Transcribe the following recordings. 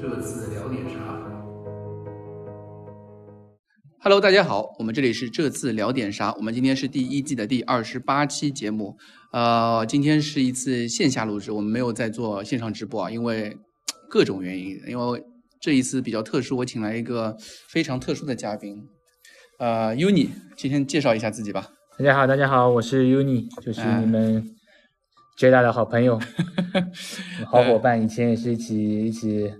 这次聊点啥？ Hello，大家好，我们这里是这次聊点啥？我们今天是第一季的第二十八期节目，呃，今天是一次线下录制，我们没有在做线上直播啊，因为各种原因，因为这一次比较特殊，我请来一个非常特殊的嘉宾，呃，Uni，今天介绍一下自己吧。大家好，大家好，我是 Uni，就是哎你们 Jada 的好 朋友、好伙伴，以前也是一起一起。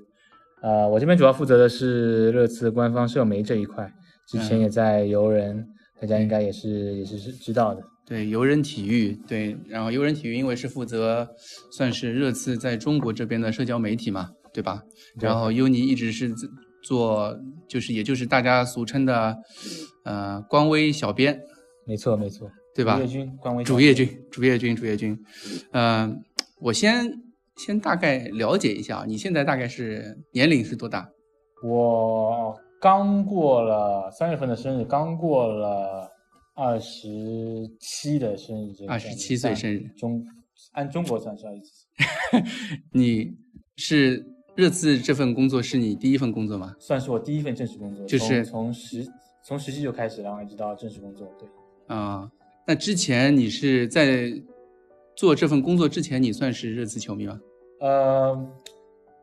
呃，我这边主要负责的是热刺官方社媒这一块，之前也在游人，大嗯家应该也是也是是知道的。对，游人体育，对，然后游人体育因为是负责算是热刺在中国这边的社交媒体嘛，对吧？对然后优尼一直是自做，就是也就是大家俗称的呃官微小编，没错，没错，对吧主页？君官微主页君，主页君，主页君，呃，我先先大概了解一下啊，你现在大概是年龄是多大？我刚过了三月份的生日，刚过了二十七的生日这个概念， 27岁生日中按中国算是二十七，你是热刺这份工作是你第一份工作吗？算是我第一份正式工作，就是从从实从实习就开始，然后一直到正式工作，对。啊、那之前你是在做这份工作之前，你算是热刺球迷吗？呃，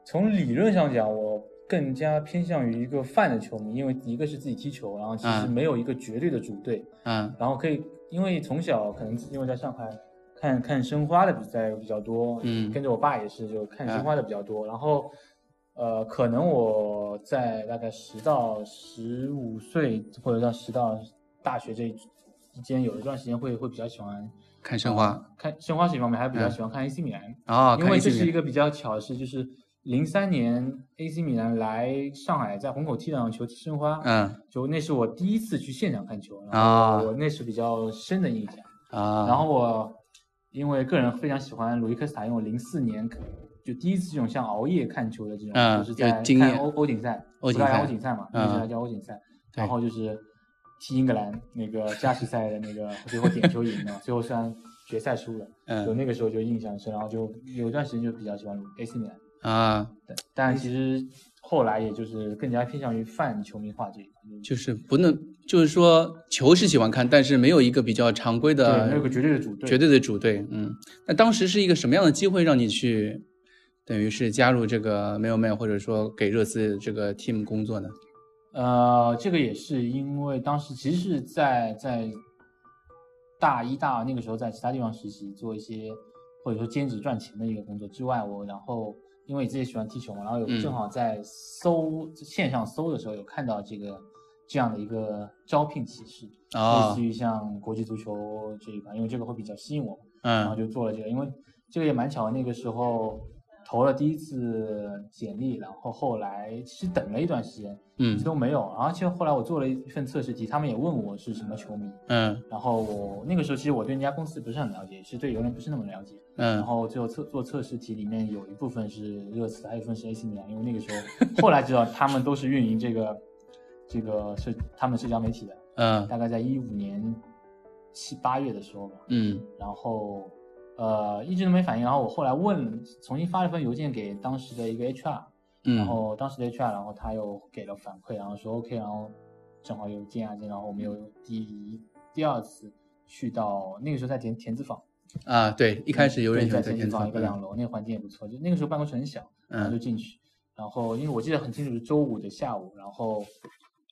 从理论上讲，我更加偏向于一个泛的球迷，因为一个是自己踢球，然后其实嗯没有一个绝对的主队，嗯然后可以因为从小可能因为在上海看看申花的比赛比较多，嗯跟着我爸也是就看申嗯花的比较多，然后。呃，可能我在大概十到十五岁，或者到十到大学这之间，有一段时间会会比较喜欢看申花看申花是一方面，还比较嗯喜欢看 AC 米兰。啊，因为这是一个个比较巧的事，就是零三年 AC 米兰来上海，在虹口踢了场球踢申花，嗯就那是我第一次去现场看球，然啊后我那是比较深的印象。啊，然后我因为个人非常喜欢鲁伊科斯塔，因为我零四年就第一次这种像熬夜看球的这种，嗯就是在有经看验欧欧锦赛，欧锦葡萄牙赛欧锦赛嘛，嗯那时候叫欧锦赛，对然后就是踢英格兰那个加时赛的那个最后点球赢了，最后虽然决赛输了。就嗯那个时候就印象深，然后就有一段时间就比较喜欢 AC 米兰，啊，但但其嗯实后来也就是更加偏向于泛球迷化这一块，就就是不能，就是说球是喜欢看，但是没有一个比较常规对，的没有个绝对的主队，呃绝对的主队。嗯，那当时是一个什么样的机会让你去，等于是加入这个 m a i l m a n 或者说给热刺这个 team 工作呢？呃，这个也是因为当时其实是在在大一大二那个时候在其他地方实习，做一些或者说兼职赚钱的一个工作之外，我然后因为自己喜欢踢球嘛，然后有嗯正好在搜线上搜的时候有看到这个这样的一个招聘启事，类啊似，于像国际足球这一块，因为这个会比较吸引我，然后嗯就做了这个。因为这个也蛮巧的，那个时候投了第一次简历，然后后来其实等了一段时间，一嗯直都没有。然后其实后来我做了一份测试题，他们也问我是什么球迷，嗯然后我那个时候其实我对那家公司不是很了解，也是对游人不是那么了解。然嗯，后最后测做测试题里面有一部分是热刺的，还有一部分是 AC 米兰，因为那个时候后来知道他们都是运营这个这个社他们社交媒体的。嗯大概在一五年七八月的时候吧，嗯然后呃一直都没反应，然后我后来问，重新发了份邮件给当时的一个 HR，嗯，然后当时的 HR，然后他又给了反馈，然后说 OK，然后正好有见啊见，然后我们有第一第二次去到那个时候在田田子坊，啊，对，一开始游人对球在在田天子坊仓一个两楼，那个环境也不错，就那个时候办公室很小，然后就嗯进去，然后因为我记得很清楚是周五的下午，然后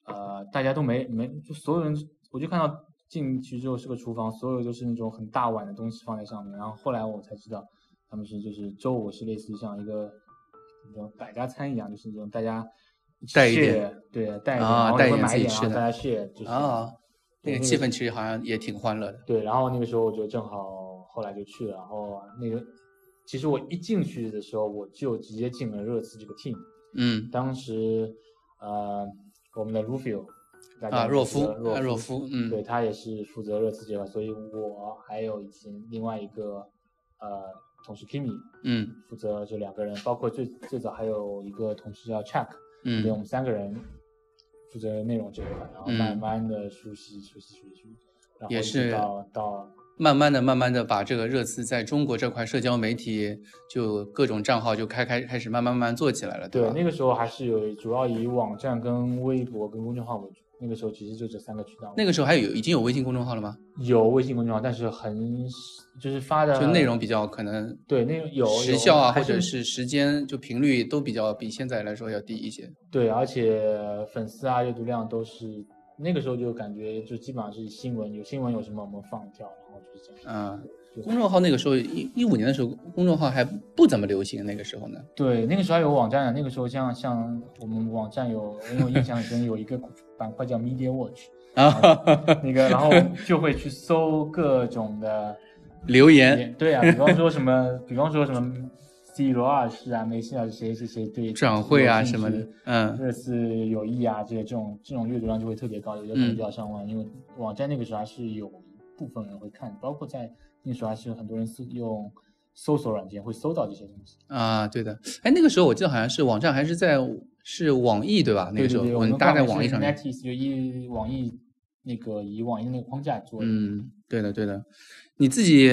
呃大家都没没就所有人，我就看到进去之后是个厨房，所有都是那种很大碗的东西放在上面，然后后来我才知道他们是就是周五是类似于像一个那种百家餐一样，就是那种大家一起带一 share，点对带一点，啊然后带你一会点自买己一点，然吃后的大家 share 就是啊，那对个那个气氛其实好像也挺欢乐的。对，然后那个时候我就正好后来就去了，然后那个其实我一进去的时候我就直接进了热刺这个 team。嗯当时呃，我们的 Rufio 大家啊，都若知夫道啊，若若夫，嗯对他也是负责热刺这块，所以我还有以及另外一个呃同事 Kimi 嗯负责这两个人，包括最最早还有一个同事叫 Chuck，对嗯我们三个人负责内容这一块，然后嗯慢慢的熟悉熟悉熟悉，熟悉然后也一直是啊到到慢慢的、慢慢的把这个热刺在中国这块社交媒体就各种账号就开开开始慢慢慢慢做起来了，对，吧？那个时候还是有主要以网站、跟微博、跟公众号为主。那个时候其实就这三个渠道。那个时候还有已经有微信公众号了吗？有微信公众号，但是很就是发的就内容比较可能对内容呃有时有效啊，还或者是时间就频率都比较比现在来说要低一些。对，而且粉丝啊、阅读量都是那个时候就感觉就基本上是新闻，有新闻有什么我们放一条，然后就是这样。嗯，公众号那个时候一一五年的时候，公众号还不怎么流行，那个时候呢，对，那个时候还有网站的，啊那个时候像像我们网站有，因为我印象很深，有一个板块叫 Media Watch，啊，那个然后就会去搜各种的，留言对啊，比方说什么，比方说什么 C 罗二世啊、梅西啊，谁谁谁对转会啊有兴什么趣的，嗯，热刺有意啊，这些这种这种阅读量就会特别高，有的可嗯能就要上万，因为网站那个时候还是有部分人会看，包括在那时候还是很多人搜用搜索软件会搜到这些东西。啊，对的，哎，那个时候我记得好像是网站还是在是网易对吧？那个时候对对对，我我们们搭在刚好网易是上面， Netis 就以网易那个以网易那个框架做的。嗯，对的对的。你自己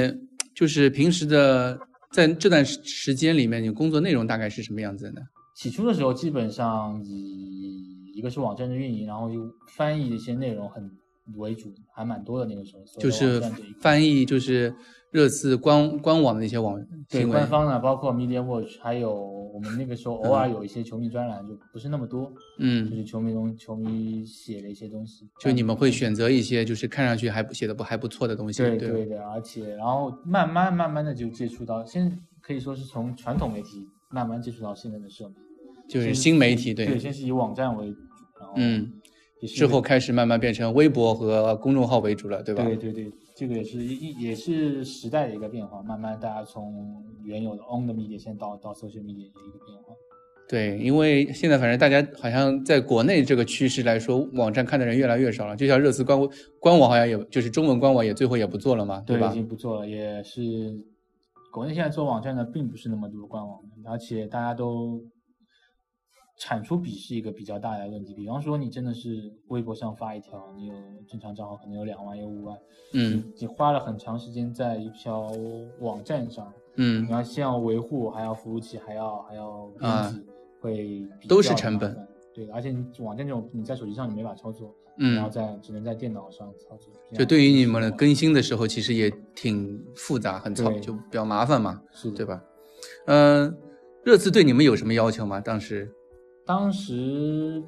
就是平时的在这段时时间里面，你工作内容大概是什么样子的呢？起初的时候，基本上以一个是网站的运营，然后又翻译一些内容很为主，还蛮多的那个时候。所就有的是网站这一块翻译，就是热刺官官网的那些网对新官闻，嗯方呢，包括 Media Watch，还有我们那个时候偶尔有一些球迷专栏，就不是那么多，就嗯，是球迷东球迷写的一些东西。就你们会选择一些就是看上去还不写的不还不错的东西，对对吧对的，而且然后慢慢慢慢的就接触到，现在可以说是从传统媒体慢慢接触到现在的社媒，就是先新媒体，对，先是以网站为主，然后嗯，也是一之个后开始慢慢变成微博和公众号为主了，对吧？对对对，这个也是一也是时代的一个变化，慢慢大家从原有的 on 的 media 现在到到 social media 的一个变化。对，因为现在反正大家好像在国内这个趋势来说，网站看的人越来越少了。就像热词官网官网好像也就是中文官网也最后也不做了嘛，对，已吧？经不做了，也是国内现在做网站的并不是那么多官网的，而且大家都产出比是一个比较大的问题。比方说，你真的是微博上发一条，你有正常账号可能有两万，有五万，嗯你花了很长时间在一条网站上，嗯你，要先要维护，还要服务器，还要还要编啊辑，会比都是较成麻本烦。对，而且你网站这种你在手机上你没法操作，嗯你要在只能在电脑上操作。这就样对于是你比们的较更新的时候，其实也挺复杂，很操对就比较麻烦嘛，是的对吧？嗯、热刺对你们有什么要求吗？当时当时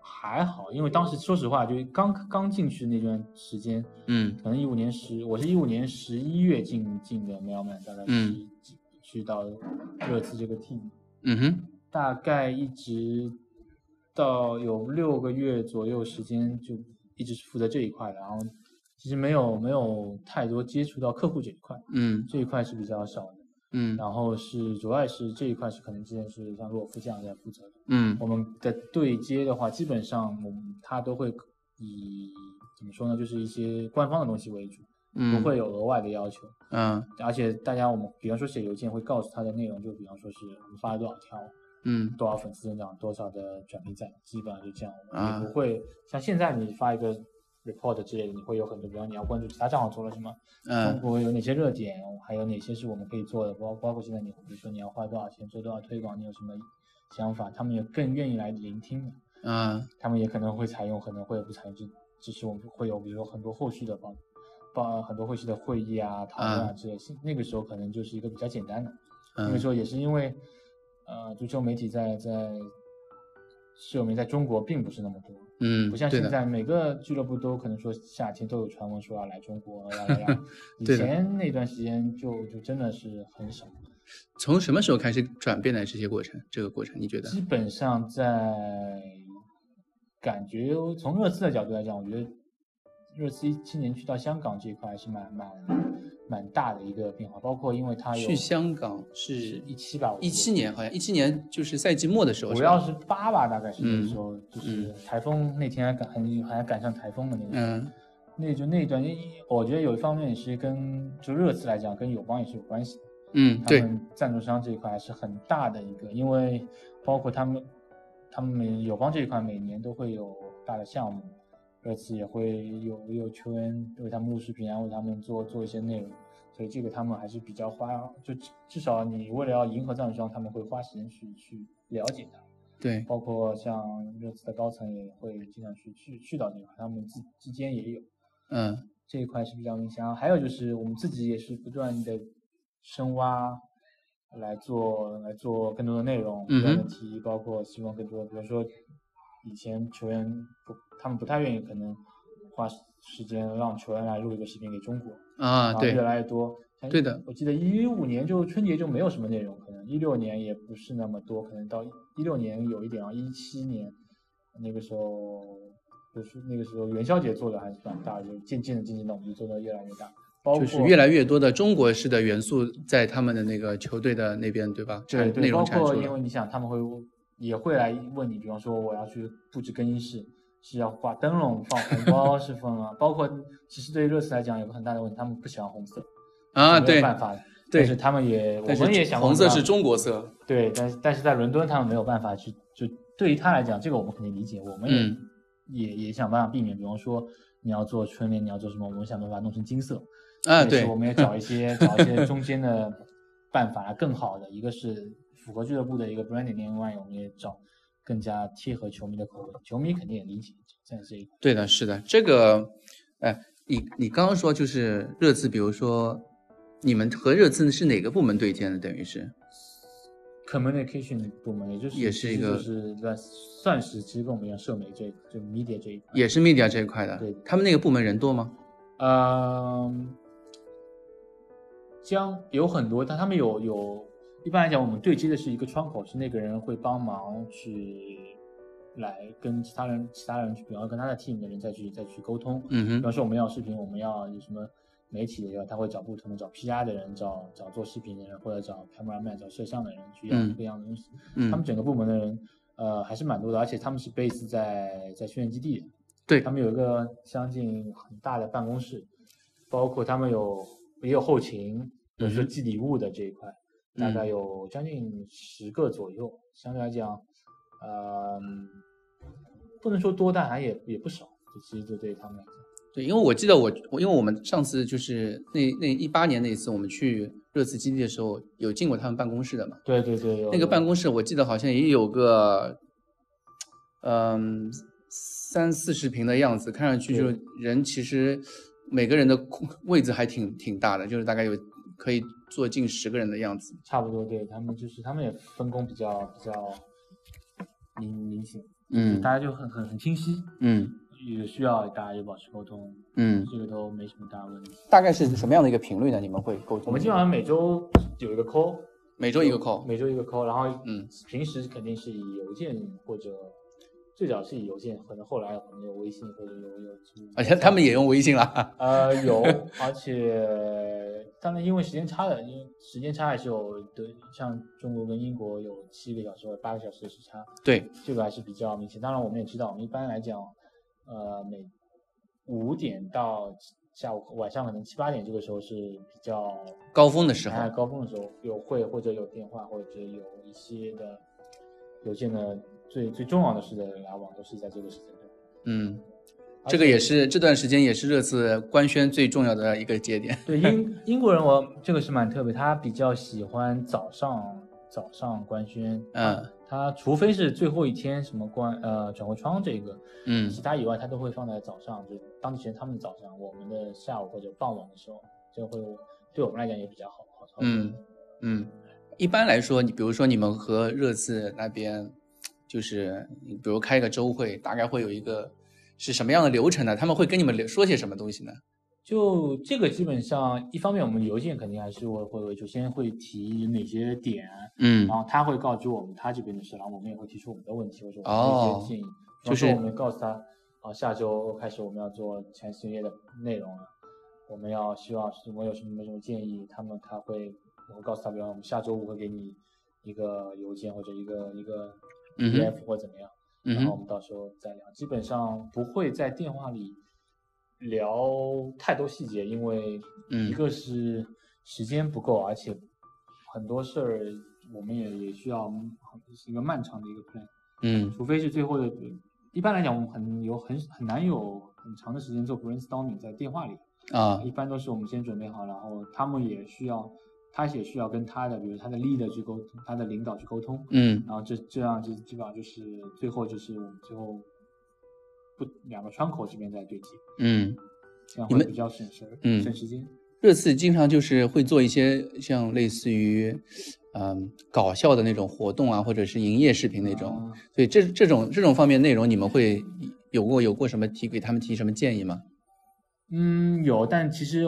还好，因为当时说实话，就是刚刚进去那段时间，嗯可能一五年十，我是一五年十一月进进的 Mailman，大概是、嗯去到热刺这个 team，嗯哼大概一直到有六个月左右时间，就一直是负责这一块的，然后其实没有没有太多接触到客户这一块，嗯这一块是比较少的，嗯然后是主要是这一块是可能之前是像洛夫这样在负责的。嗯我们的对接的话，基本上我们它都会以怎么说呢，就是一些官方的东西为主，嗯，不会有额外的要求。嗯而且大家我们比方说写邮件会告诉他的内容，就比方说是我们发了多少条，嗯多少粉丝增长，多少的转评赞，基本上就这样。我啊们也不会像现在你发一个 report 之类的，你会有很多，比方你要关注其他账号做了什么，中嗯国有哪些热点，还有哪些是我们可以做的，包包括现在你，比如说你要花多少钱做多少推广，你有什么想法，他们也更愿意来聆听的，嗯他们也可能会采用，可能会不采用，这这是我们会有，比如说很多后续的帮帮很多后续的会议啊、讨论啊之类，那个时候可能就是一个比较简单的，那个嗯时候也是因为，呃，足球媒体在在社媒在中国并不是那么多，嗯，不像对现的，。在每个俱乐部都可能说夏天都有传闻说要来中国呀呀呀 以对的前那段时间就就真的是很少，从什么时候开始转变的这些过程？这个过程你觉得？基本上在感觉从热刺的角度来讲，我觉得热刺一七年去到香港这一块还是蛮蛮蛮大的一个变化，包括因为他有去香港是一七吧，我记一得七年，好像一七年就是赛季末的时候，主是要吧？是八吧，大概是那嗯个时候，就是台风那天还赶还还赶上台风的那个时候。嗯那就那一段，因为我觉得有一方面也是跟就热刺来讲，跟友邦也是有关系的。嗯，他对，们赞助商这一块还是很大的一个，因为包括他们，他们每友邦这一块每年都会有大的项目，热刺也会有有球员为他们录视频啊，为他们做做一些内容，所以这个他们还是比较花，就至至少你为了要迎合赞助商，他们会花时间去去了解它。对，包括像热刺的高层也会经常去去去到这块，他们之之间也有嗯这一块是比较明显。然后还有就是我们自己也是不断的深挖来做来做更多的内容，不断的嗯哼提，包括希望更多，比如说以前球员不他们不太愿意可能花时时间让球员来录一个视频给中国，啊，然后越对，来越多。像对的，我记得一五年就春节就没有什么内容，可能一六年也不是那么多，可能到一六年有一点啊，一七年那个时候就是那个时候元宵节做的还是蛮大，就渐渐的渐渐的我们就做的越来越大，包括就是越来越多的中国式的元素在他们的那个球队的那边，对吧？对产内对，容包产出括了因为你想他们会也会来问你，比方说我要去布置更衣室。是要挂灯笼、放红 包是放啊，包括其实对于热刺来讲有个很大的问题，他们不喜欢红色啊，是没有对，办法的，对但是他们也但我是们也想红色过是让中国色，对，但是但是在伦敦他们没有办法去，就对于他来讲，这个我们肯定理解，我们也、嗯也也想办法避免，比方说你要做春联，你要做什么，我们想办法弄成金色。啊，也是对，我们也找一些 找一些中间的办法，更好的，一个是符合俱乐部的一个 branding，另外我们也找更加贴合球迷的口味，球迷肯定也理解，这样是一个对的，是的，这个，哎，你你刚刚说就是热刺，比如说你们和热刺是哪个部门对接的？等于是 communication 部门，也就是也是一其实个就是算算是其实跟我们一样社媒这就 media 这一块。也是 media 这一块的对，他们那个部门人多吗？嗯，将有很多，但他们有有，一般来讲，我们对接的是一个窗口，是那个人会帮忙去来跟其他人、其他人去，比方说跟他的 team 的人再去再去沟通。比嗯哼，方说我们要视频，我们要有什么媒体的，他会找不同的，找 PR 的人，找找做视频的人，或者找 cameraman、找摄像的人去要嗯各样的东西。他们嗯，整个部门的人，呃，还是蛮多的，而且他们是 base 在在训练基地的。对他，们有一个将近很大的办公室，包括他们有也有后勤，有嗯是哼寄礼物的这一块，大嗯概有将近十个左右。相对来讲，呃，不能说多，但还也也不少。就其实就对他们来讲，对，因为我记得我我因为我们上次就是那那一八年那一次我们去热刺基地的时候，有进过他们办公室的嘛？对对对，有那个办公室我记得好像也有个，嗯、三四十平的样子，看上去就对人其实每个人的空位置还挺挺大的，就是大概有可以坐近十个人的样子。差不多，对他们就是他们也分工比较比较明明显，嗯大家就很很很清晰，嗯有需要大家就保持沟通，嗯，这个都没什么大问题。大概是什么样的一个频率呢？你们会沟通？我们基本上每周有一个 call，每周一个 call。每周一个 call，然后嗯平时肯定是以邮件或者最早是以邮件，可能后来可能有微信或者有有什么而且他们也用微信了。 呃有，而且当然因为时间差的，因为时间差还是有的，像中国跟英国有七个小时或者八个小时的时差，对，这个还是比较明显。当然我们也知道，我们一般来讲，呃每五点到下午晚上可能七八点这个时候是比较高峰的时候哎，高峰的时候有会或者有电话或者有一些的邮件的最最重要的事的来往都是在这个时间段。嗯，而这个也且是这段时间也是热刺官宣最重要的一个节点。对英英国人我，这个是蛮特别，他比较喜欢早上早上官宣，嗯他除非是最后一天什么关呃转会窗这个， 嗯其他以外他都会放在早上，就是当地时间他们的早上，我们的下午或者傍晚的时候，这个会对我们来讲也比较好好操作。嗯嗯，一般来说，你比如说你们和热刺那边，就是你比如开个周会，大概会有一个是什么样的流程呢？他们会跟你们聊说些什么东西呢？就这个基本上，一方面我们邮件肯定还是会会首先会提哪些点，啊嗯然后他会告知我们他这边的事，然后我们也会提出我们的问题或者我们的一哦些建议。比就方说是我们告诉他，啊，下周开始我们要做全系列的内容了，我们要希望是我有什么什么建议，他们他会我会告诉他，比方我们下周五会给你一个邮件或者一个一个嗯哼 PDF 或者怎么样。嗯然后我哼们到时候再聊。基本上不会在电话里聊太多细节，因为嗯一个是时间不够，而且很多事儿我们也也需要是一个漫长的一个 plan，嗯除非是最后的。一般来讲，我们很有很很难有很长的时间做 brainstorming 在电话里，啊一般都是我们先准备好，然后他们也需要，他也需要跟他的，比如他的 leader 去沟通，他的领导去沟通，嗯然后这这样就基本上就是最后就是我们最后不两个窗口这边在对接，嗯，这样你会们比较省时，嗯省时间。热刺经常就是会做一些像类似于嗯搞笑的那种活动啊，或者是营业视频那种，啊所以这这种这种方面内容，你们会有过有过什么提给他们提什么建议吗？嗯，有，但其实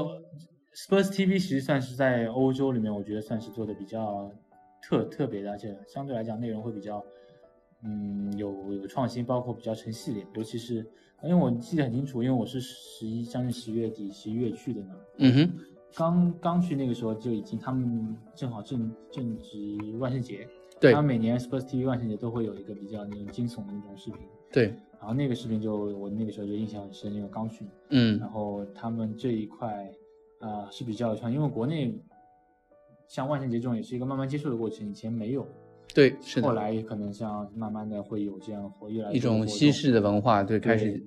Spurs TV 其实算是在欧洲里面，我觉得算是做的比较特特别的，而且相对来讲内容会比较，嗯，有有创新，包括比较成系列，尤其是因为我记得很清楚，因为我是十一将近十一月底十一月去的呢，嗯哼，刚刚去那个时候就已经他们正好正正值万圣节，对他们每年 Spurs TV 万圣节都会有一个比较那种惊悚的那种视频，对，然后那个视频就我那个时候就印象很深，因为刚去。嗯然后他们这一块，呃，是比较有创，因为国内像万圣节这种也是一个慢慢接受的过程，以前没有，对，是后的，来可能像慢慢的会有这样活越来越一多活种动西式的文化对开始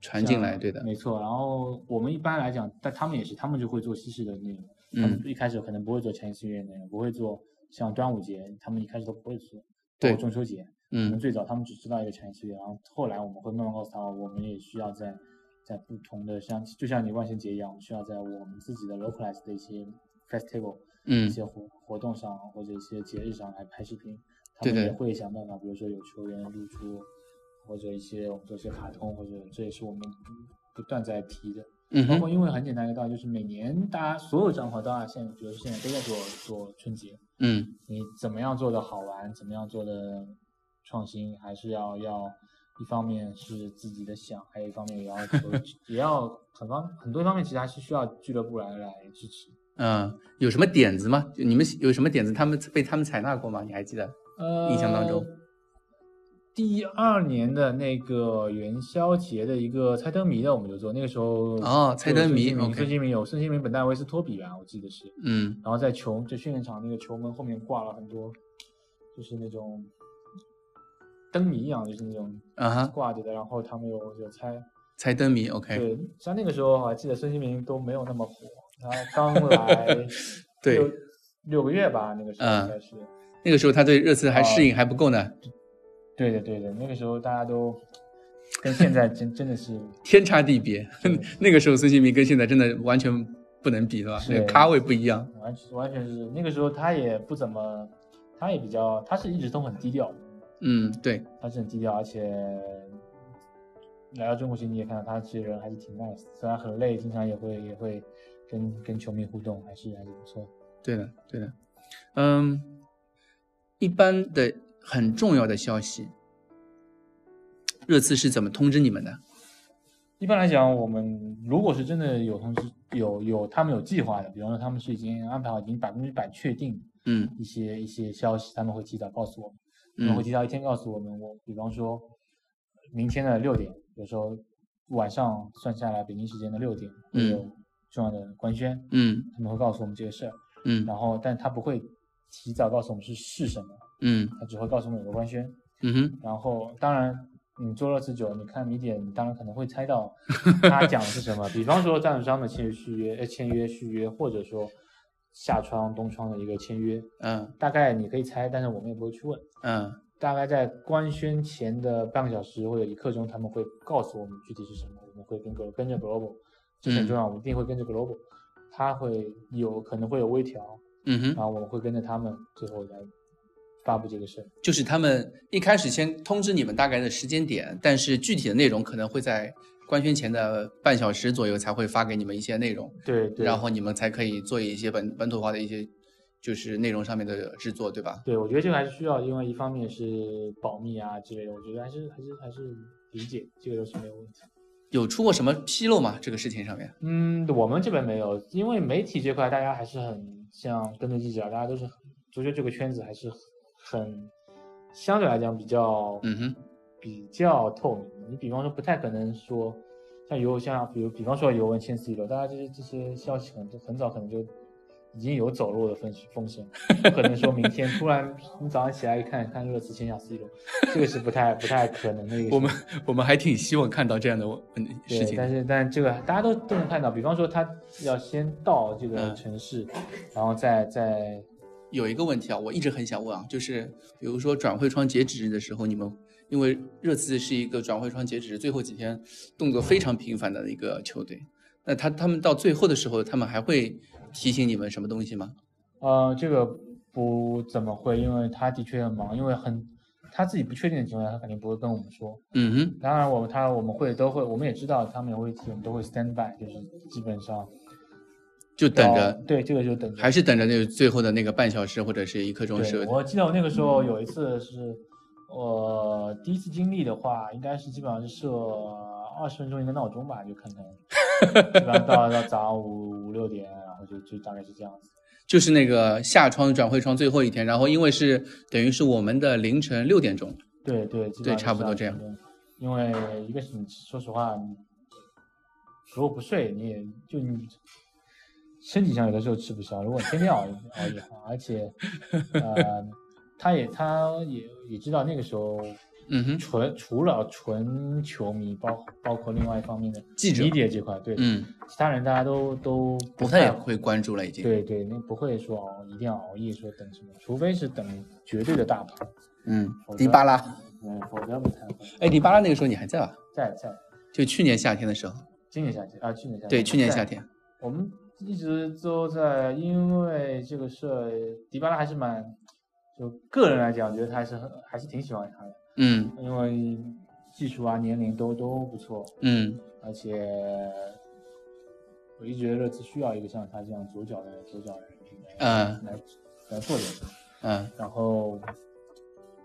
传进来，像对的，没错。然后我们一般来讲，但他们也是，他们就会做西式的内容，他们嗯一开始可能不会做前西式的内容，不会做像端午节，他们一开始都不会做，包对括中秋节，我们嗯最早他们只知道一个产业，然后后来我们会慢慢告诉他，我们也需要在在不同的像就像你万圣节一样，我们需要在我们自己的 localize 的一些 festival、一嗯些活活动上或者一些节日上来拍视频，他对们对也会想办法，比如说有球员露出，或者一些我们做一些卡通，或者这也是我们不不断在提的。嗯包哼括因为很简单一个道理，就是每年大家所有账号，大家现在比如说现在都在做做春节，嗯你怎么样做的好玩，怎么样做的创新，还是要要一方面是自己的想，还有一方面也要 求也要很方很多方面，其实还是需要俱乐部来来支持。嗯，有什么点子吗？就你们有什么点子？他们被他们采纳过吗？你还记得？呃，印象当中，第二年的那个元宵节的一个猜灯谜的，我们就做，那个时候哦猜灯谜有孙兴民 OK 孙兴民有孙兴民、本戴维斯、托比吧，我记得是。嗯然后在球在训练场那个球门后面挂了很多，就是那种灯谜一样，就是那种啊哈，挂着的，然后他们有有猜。猜灯谜，OK，对，像那个时候我还记得孙兴民都没有那么火，他刚来六 对，六个月吧，那个时候嗯应该是。那个时候他对热刺还啊适应还不够呢，对的，对的，那个时候大家都跟现在真真的是天差地别。对那个时候孙兴民跟现在真的完全不能比，对吧？是那个咖位不一样。完完全是那个时候他也不怎么，他也比较，他是一直都很低调，嗯，对，他是很低调，而且来到中国其实你也看到他这人还是挺 nice，虽然很累，经常也会也会跟跟球迷互动，还是还是不错。对的，对的。嗯，一般的很重要的消息，热刺是怎么通知你们的？一般来讲，我们如果是真的有通知，有有他们有计划的，比方说他们是已经安排好，已经百分之百确定嗯一些一些消息，他们会提早告诉我们，他们会嗯提早一天告诉我们。我比方说，明天的六点，有时候晚上算下来北京时间的六点会嗯有重要的官宣，嗯他们会告诉我们这个事儿。嗯然后，但他不会提早告诉我们是是什么，嗯他只会告诉我们有个官宣。嗯哼，然后，当然，你做了次久，你看米点，你当然可能会 猜到他讲的是什么。比方说，赞助商的签约续约、呃签约续约，或者说夏窗、冬窗的一个签约，嗯大概你可以猜，但是我们也不会去问。嗯大概在官宣前的半个小时或者一刻钟，他们会告诉我们具体是什么，我们会跟 Glo- 跟着 Global，这嗯是很重要，我们一定会跟着 Global，他会有可能会有微调，嗯哼然。后我们会跟着他们最后来发布这个事儿。就是他们一开始先通知你们大概的时间点，但是具体的内容可能会在官宣前的半小时左右才会发给你们一些内容，对对，然后你们才可以做一些本本土化的一些就是内容上面的制作，对吧？对我觉得这个还是需要，因为一方面是保密啊之类的，我觉得还是还是还是理解这个都是没有问题。有出过什么纰漏吗？这个事情上面？嗯，我们这边没有，因为媒体这块大家还是很像跟着记者，大家都是很足球这个圈子还是很相对来讲比较、嗯哼，比较透明的。你比方说不太可能说像尤像比如比方说尤文签 C 罗，大家这些这些消息很很早可能就已经有走路的风风声，不可能说明天突然 你早上起来一看看热刺签下 C 罗，这个是不太不太可能的一个事情。我们我们还挺希望看到这样的嗯事对，情但的。是但这个大家都都能看到，比方说他要先到这个嗯城市，然后再再有一个问题啊，我一直很想问啊，就是比如说转会窗截止日的时候，你们因为热刺是一个转会窗截止日最后几天动作非常频繁的一个球队，那他他们到最后的时候，他们还会提醒你们什么东西吗？呃，这个不怎么会，因为他的确很忙，因为很他自己不确定的情况下，他肯定不会跟我们说。嗯哼，当然，我们他我们会都会，我们也知道他们也会提，我们都会 stand by，就是基本上就等要着，对这个就等着。还是等着那个最后的那个半小时或者是一刻钟对，是我记得我那个时候有一次是，我、第一次经历的话，应该是基本上是设二十分钟一个闹钟吧，就看看，基本上到到早上五五六点，然后就就大概是这样子。就是那个夏窗转会窗最后一天，然后因为是等于是我们的凌晨六点钟，对对，基本上对是差不多这这样子。因为一个是你说实话，你如果不睡，你也就你身体上有的时候吃不消，如果你天天熬夜熬夜的话，而且呃，他也他也也知道那个时候嗯哼，纯除了纯球迷，包包括另外一方面的记者 media 这块，对，嗯，其他人大家都都不太会会关注了已经。对对，那不会说哦，一定要熬夜说等什么，除非是等绝对的大牌，嗯好，的迪巴拉，嗯，否则不太会。哎，迪巴拉那个时候你还在吧？在在就去年夏天的时候，今年夏天啊，去年夏天对，去年在夏天，我们一直都在，因为这个事，迪巴拉还是蛮，就个人来讲，我觉得他还是很还是挺喜欢他的，嗯因为技术啊、年龄都都不错，嗯而且我一直觉得热刺需要一个像他这样左脚的左脚人嗯来来做点什么。嗯然后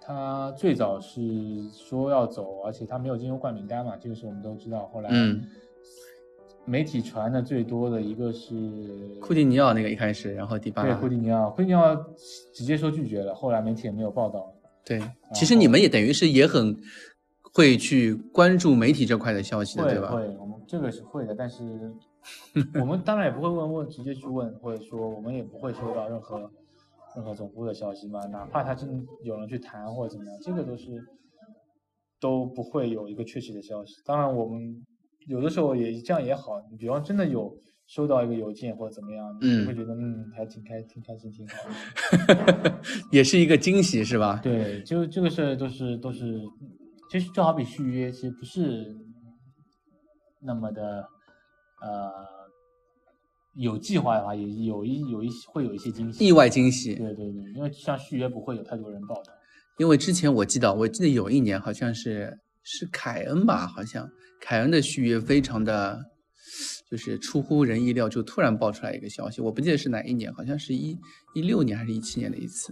他最早是说要走，而且他没有进入冠名单嘛，这个是我们都知道。后来嗯，媒体传的最多的一个是库蒂尼奥那个一开始，然后迪巴对拉库，蒂尼奥，库蒂尼奥直接说拒绝了，后来媒体也没有报道。对，其实你们也等于是也很会去关注媒体这块的消息的，会对吧？会，我们这个是会的，但是我们当然也不会问问直接去问，或者说我们也不会收到任何任何总部的消息嘛，哪怕他真有人去谈或者怎么样，这个都是都不会有一个确切的消息。当然，我们有的时候也这样也好，你比方真的有收到一个邮件或者怎么样，你嗯会觉得嗯还挺开挺开心挺好的。 也是一个惊喜，是吧？对，就这个事儿都是都是，其实就好比续约，其实不是那么的，呃，有计划的话，也有一有一会有一些惊喜。意外惊喜，对对对，因为像续约不会有太多人报道。因为之前我记得，我记得有一年好像是是凯恩吧，好像凯恩的续约非常的，就是出乎人意料，就突然爆出来一个消息，我不记得是哪一年，好像是一一六年还是一七年的一次。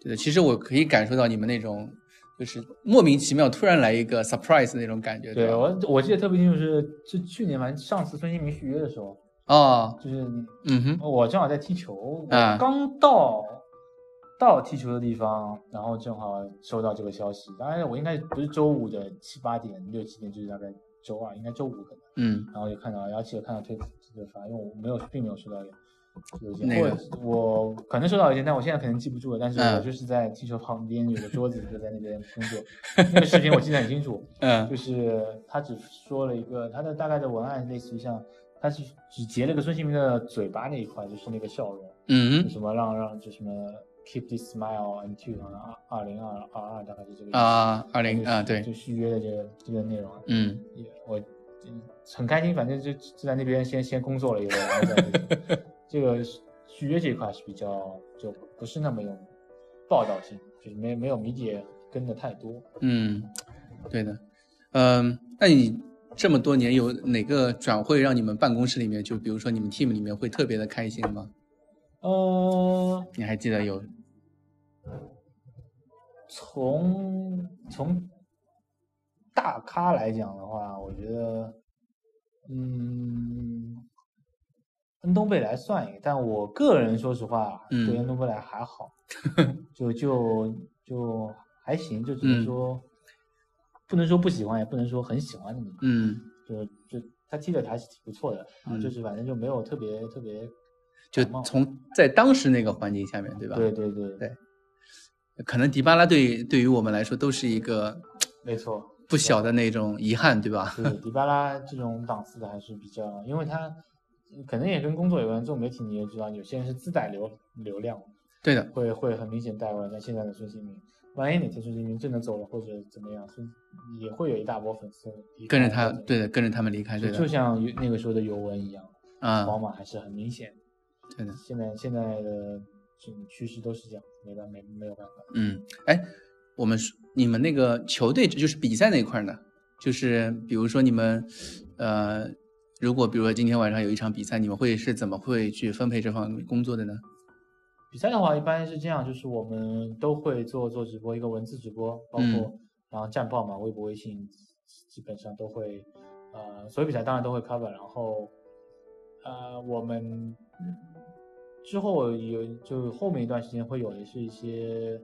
对的，其实我可以感受到你们那种就是莫名其妙突然来一个 surprise 的那种感觉，对吧？我我记得特别清楚是，就去年反正上次孙兴民续约的时候，哦，就是嗯哼，呃我正好在踢球，我啊刚到、到踢球的地方，然后正好收到这个消息。当然，我应该不是周五的七八点、六七点，就是大概周二，应该周五可能。嗯然后就看到，而且看到推这个发，因为我没有，并没有收到邮件，那或个者是我可能收到邮件，但我现在可能记不住了。但是嗯我就是在踢球旁边有个桌子，就在那边工作。那个视频我记得很清楚，嗯就是他只说了一个他的大概的文案，类似于像他是只截了个孙兴民的嘴巴那一块，就是那个笑容，嗯就哼什么让让就什么 keep this smile until 二二零二二二大概是这个意思啊，二然后零就啊，对，就续约的这个这个内容，嗯，也我嗯很开心，反正就就在那边先先工作了一会儿，然后 再这个续约这一块是比较就不是那么有报道性，就是没没有媒体跟的太多。嗯，对的，嗯，那你这么多年有哪个转会让你们办公室里面，就比如说你们 team 里面会特别的开心吗？呃，你还记得有？从从大咖来讲的话，我觉得，嗯，恩东贝莱算一个，但我个人说实话，嗯对恩东贝莱 还好，就就就还行，就只能嗯说、不能说不喜欢，也不能说很喜欢那么嗯就就他踢的还是挺不错的，然后嗯就是反正就没有特别特别就感冒从在当时那个环境下面，对吧？对对对，可能迪巴拉对对于我们来说都是一个没错，不小的那种遗憾，对吧？对，迪巴拉这种档次的还是比较，因为他可能也跟工作有关。做媒体你也知道，有些人是自带流流量，对的，会会很明显带过来。像现在的孙兴民，万一哪天孙兴民真的走了或者怎么样，孙也会有一大波粉丝离开跟着他或者，对的，跟着他们离开，对就就的，像尤那个时候的尤文一样，啊、皇马还是很明显。对的，现在现在的这种趋势都是这样，没办没没有办法。嗯，哎，我们说你们那个球队就是比赛那一块儿呢，就是比如说你们，呃，如果比如说今天晚上有一场比赛，你们会是怎么会去分配这方面工作的呢？比赛的话，一般是这样，就是我们都会做做直播，一个文字直播，包括、嗯然后战报嘛，微博、微信，基本上都会，呃，所有比赛当然都会 cover，然后，呃，我们之后有就后面一段时间会有的是一些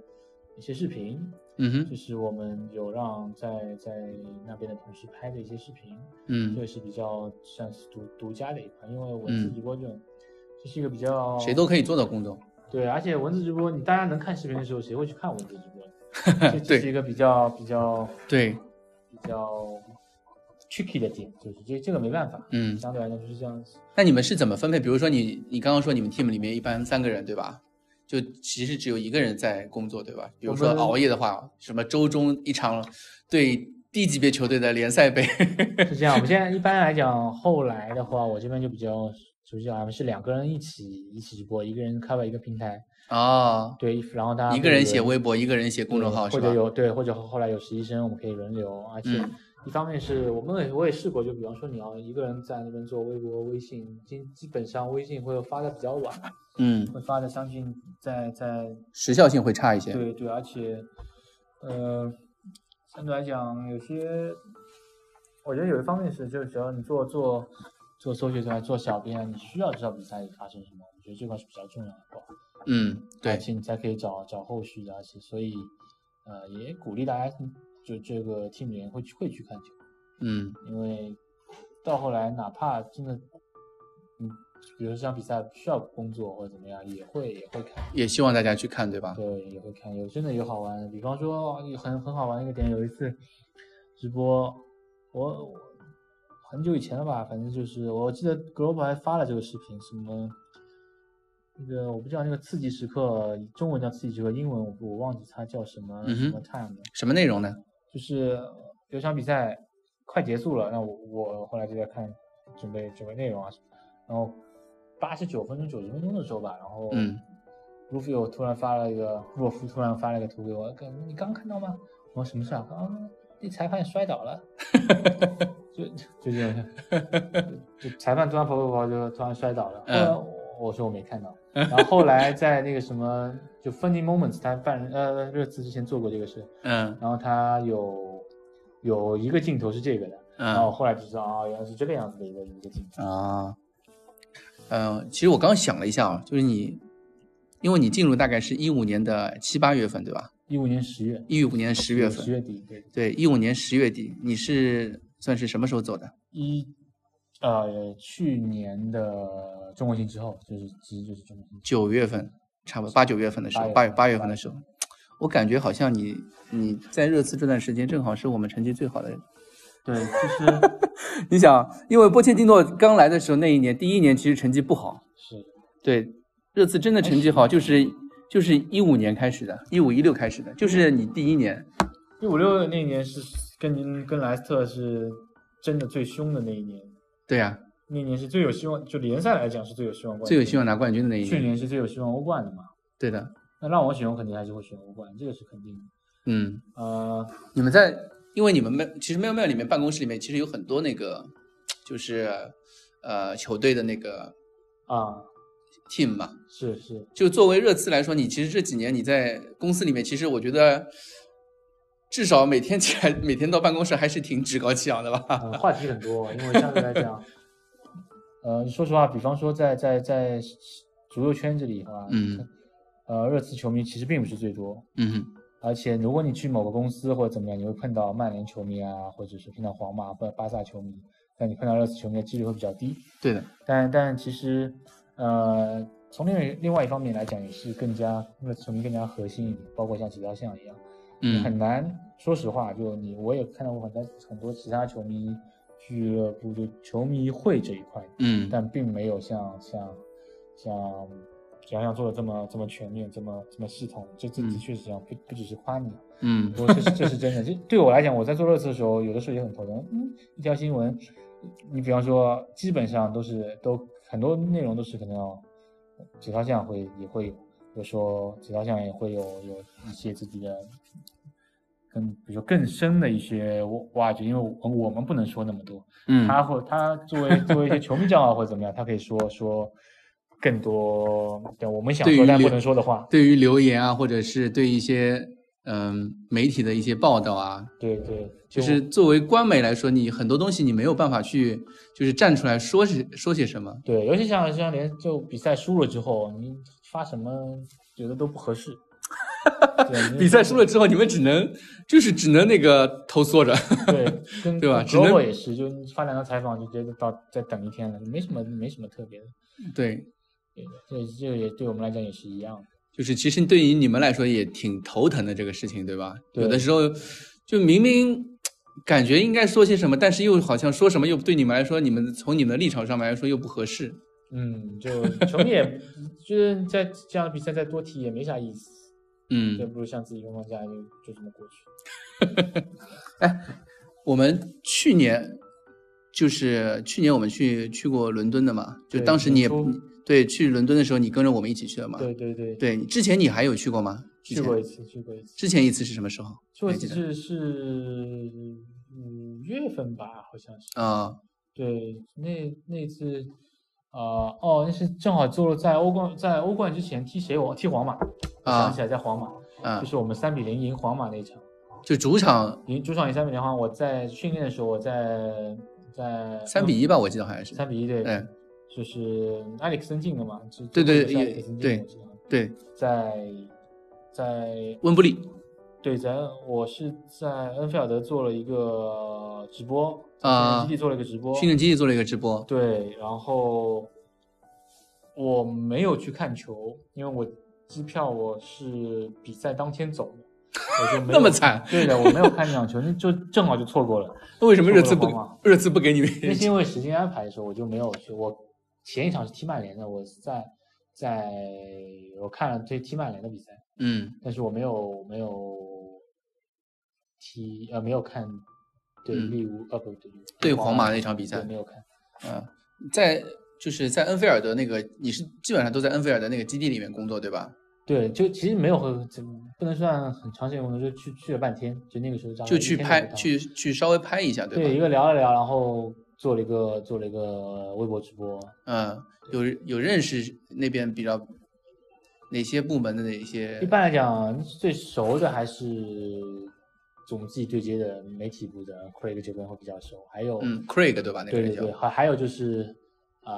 一些视频，嗯就哼，是我们有让在在那边的同事拍的一些视频，这嗯，个是比较算是独独家的一块，因为文字嗯直播这种，这是一个比较谁都可以做的工作，？对，而且文字直播，你大家能看视频的时候，谁会去看文字直播 这对这是一个比较比较对，比较 tricky 的点，就是这这个没办法，嗯，相对来讲就是这样子。那你们是怎么分配？比如说你，你刚刚说你们 team 里面一般三个人，对吧？就其实只有一个人在工作，对吧？比如说我们熬夜的话，什么周中一场对低级别球队的联赛杯， 是这样，我们现在一般来讲，后来的话，我这边就比较就是我们是两个人一起一起直播，一个人 cover 一个平台，哦，啊对，然后大家一个人写会轮微博，一个人写公众号，或是者吧？有对，或者后来有实习生，我们可以轮流，而且嗯一方面是我们也我也试过，就比方说你要一个人在那边做微博、微信，基基本上微信会发的比较晚，嗯，会发的相信在在时效性会差一些。对对，而且呃，相对来讲有些，我觉得有一方面是，就是只要你做做做搜寻啊，做小编啊，你需要知道比赛里发生什么，我觉得这块是比较重要的吧。嗯，而对，且你才可以找找后续的，而且所以，呃，也鼓励大家就这个 team 里面会去会去看球，嗯因为到后来哪怕真的，嗯，比如说像比赛需要工作或者怎么样，也会也会看，也希望大家去看，对吧？对，也会看，有真的有好玩的，比方说有很很好玩的一个点，有一次直播，我我很久以前了吧，反正就是我记得 Globe 还发了这个视频，什么。那个我不知道那个刺激时刻，中文叫刺激时刻，英文我不我忘记它叫什么、嗯哼什么 time 了，什么内容呢？就是有场比赛快结束了，那我我后来就在看准备准备内容啊，然后八十九分钟九十分钟的时候吧，然后嗯， Rufio 突然发了一个洛夫突然发了一个图给我，跟你刚看到吗？我说什么事啊？啊，那裁判摔 倒了，就就这样，就就裁判突然跑跑跑就突然摔倒了。后来嗯我我说我没看到，然后后来在那个什么就 Funny Moments 他办呃热刺之前做过这个事，嗯然后他有有一个镜头是这个的，然后嗯后来就知道啊原来是这个样子的一个一个镜头。啊，呃，其实我刚想了一下啊，就是你，因为你进入大概是一五年的七八月份，对吧？一五年十月，一五年十月份十，月底对。对，一五年十月底，你是算是什么时候走的？一呃去年的中国行之后，就是其实就是中国行之九月份，差不多八九月份的时候，八月八月八月份的时候，我感觉好像你你在热刺这段时间正好是我们成绩最好的人。后对，就是你想，因为波切蒂诺刚来的时候那一年，第一年其实成绩不好， 是对，热刺真的成绩好就是。就是一五年开始的，一五一六开始的，就是你第一年，一五六那一年是跟您跟莱斯特是争的最凶的那一年，对呀、那一年是最有希望，就联赛来讲是最有希望冠军，最有希望拿冠军的那一去年，年是最有希望欧冠的嘛，对的，那让我选，我肯定还是会选欧冠，这个是肯定的。嗯，呃，你们在，因为你们麦其实喵喵里面办公室里面其实有很多那个，就是呃球队的那个啊， team 嘛，是是，就作为热刺来说，你其实这几年你在公司里面，其实我觉得至少每天起来，每天到办公室还是挺趾高气扬的吧？呃，话题很多，因为相对来讲， 呃，说实话，比方说在在在足球圈子里哈，嗯，呃，热刺球迷其实并不是最多，嗯而且如果你去某个公司或者怎么样，你会碰到曼联球迷啊，或者是碰到皇马或者巴萨球迷，但你碰到热刺球迷的几率会比较低。对的，但但其实，呃，从另另外一方面来讲，也是更加为了成更加核心一点，包括像几条像一样，嗯很难。说实话，就你我也看到过很多很多其他球迷俱乐部就球迷会这一块，嗯但并没有像像像洋洋做的这么这么全面，这么这么系统。这这的嗯确是这样，不不只是夸你，嗯我这是这是真的。这对我来讲，我在做热词的时候，有的时候也很头疼。嗯，一条新闻，你比方说，基本上都是都很多内容都是可能要几条项会也会有，比如说几条项也会有有一些自己的更比如说更深的一些挖掘，因为我我们不能说那么多，嗯他或他作为作为一些球迷账号或者怎么样，他可以说说更多对我们想对于说但流不能说的话。对于留言啊，或者是对一些嗯、媒体的一些报道啊，对对，就是作为官媒来说，你很多东西你没有办法去就是站出来说些说些什么。对，尤其像像连就比赛输了之后，你发什么觉得都不合适。 对你比赛输了之后， 你们只能就是只能那个头缩着。对，跟对吧跟只能 Globo 也是，就你发两个采访就觉得到再等一天了，没什么没什么特别的。 对，对，这这个也对我们来讲也是一样的。就是其实对于你们来说也挺头疼的这个事情，对吧？对有的时候就明明感觉应该说些什么，但是又好像说什么又对你们来说，你们从你们的立场上面来说又不合适。嗯，就球迷也就是在这样的比赛再多踢也没啥意思，嗯就，不如像自己放放假就就这么过去。我们去年就是去年我们去去过伦敦的嘛，就对当时你也年初对去伦敦的时候，你跟着我们一起去了嘛？对对对，啊对，之前你还有去过吗？之去前过一次，去过一次，之前一次是什么时候？去过一还记次得是是五月份吧，好像是。啊、对，那那次，呃，哦，那是正好坐落在欧冠，在欧冠之前踢谁我踢皇马，我啊想起来在皇马，啊就，是我们三比零赢皇马那一场，就主场赢主场赢三比零皇马。我在训练的时候，我在在三比一吧，我记得好像是。三比一对，嗯，就是埃里克森进的嘛，就对对就是埃也里克森进的对我记得对，在在温布利。对，咱我是在恩菲尔德做了一个直播，在训啊练基地做了一个直播，训练基地做了一个直播。对，然后我没有去看球，因为我机票我是比赛当天走的，我就没有 那么。惨，对的，我没有看那场球，那就正好就错过了。那为什么热刺不错过了吗热刺不给你们？那是因为时间安排的时候，我就没有去。我前一场是踢曼联的，我在在我看了对踢曼联的比赛，嗯但是我没有没有踢呃没有看对嗯利物呃不对利物浦对皇马那场比赛对没有看。嗯，在就是在恩菲尔德那个，你是基本上都在恩菲尔德那个基地里面工作对吧？对，就其实没有很，怎么不能算很长时间，我们就去去了半天，就那个时候大概就一去天都拍不到去去稍微拍一下对一吧？个聊了聊，然后做了一个做了一个微博直播，嗯，有有认识那边比较哪些部门的哪些一？般来讲，最熟的还是总自己对接的媒体部的 Craig 这边会比较熟，还有、嗯，Craig 对吧？那个对人对叫对，还还有就是啊、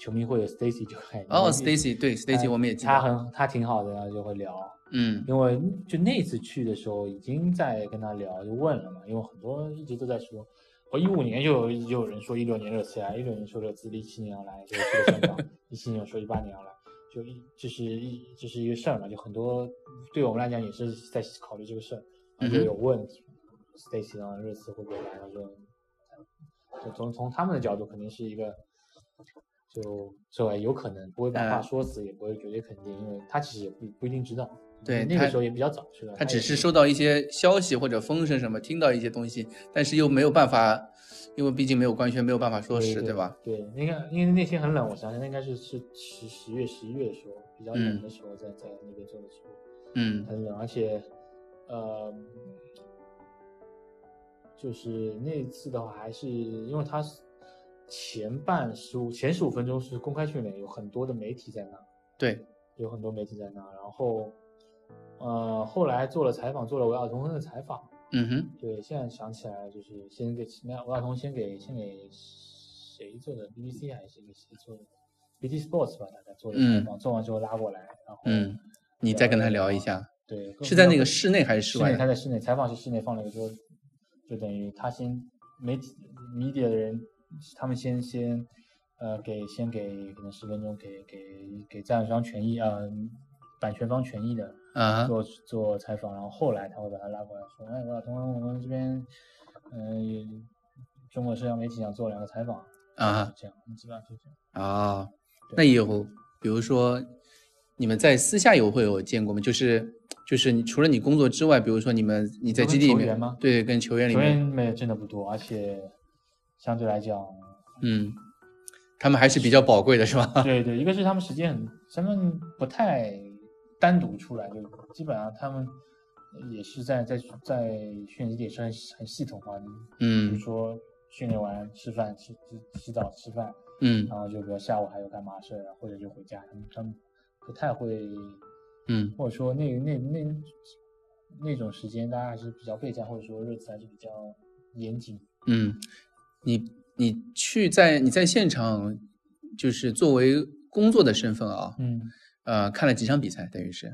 球迷会有 Stacy 就会哦，Stacy 对 Stacy 我们也记他得，很他挺好的，然后就会聊，嗯因为就那次去的时候已经在跟他聊，就问了嘛，因为很多一直都在说，哦我一五年就有就有人说一六年热刺啊来，一六年说热刺，一七年要来，就去了香港，一七年说一八年要来，就一这、是一这、是一个事儿嘛，就很多对我们来讲也是在考虑这个事儿，然后嗯哼就有问 Stacy 啊，热刺会不会来，他说，就从从他们的角度肯定是一个。就这有可能不会把话嗯说死，也不会绝对肯定，因为他其实也不不一定知道，对那他个时候也比较早去了。他只也是收到一些消息或者风声什么，听到一些东西，但是又没有办法，因为毕竟没有官宣，没有办法说实，对对吧？？对，那个因为那天很冷，我想想，那应该是是十十月十一月的时候，比较冷嗯的时候，在在那边做的时候嗯很冷，而且呃，就是那一次的话，还是因为他前半十五前十五分钟是公开训练，有很多的媒体在那。对，有很多媒体在那，然后，呃，后来做了采访，做了韦尔通亨的采访。嗯哼，对，现在想起来就是先给那韦尔通先给先给谁做的？BBC 还是给谁做的？BT Sports 吧，大概做的采访，做完之后拉过来，然后嗯，你再跟他聊一下，对，是在那个室内还是室室外内，他的？在室内采访是室内放了一个桌子，就等于他先媒体 media 的人，他们先先呃，给先给可能十分钟给给给赞助商权益啊、呃版权方权益的啊，做做采访，然后后来他会把他拉过来说，哎，罗晓彤，我们这边，嗯、中国社交媒体想做两个采访啊就这样，基本上就这样。啊，那有，比如说你们在私下有会有见过吗？就是就是你除了你工作之外，比如说你们你在跟基地里球面员吗对跟球员里球面，员没真的不多，而且相对来讲，嗯，他们还是比较宝贵的，是吧？ 对对，一个是他们时间很，他们不太单独出来，就基本上他们也是在在在训练基地也是很很系统化的，比如嗯说训练完吃饭吃吃洗澡吃饭，嗯然后就比如下午还有干嘛事儿，或者就回家，他们他们不太会，嗯或者说那那那那种时间大家还是比较备战，或者说日子还是比较严谨。嗯，你你去在你在现场，就是作为工作的身份啊，嗯，呃，看了几场比赛，等于是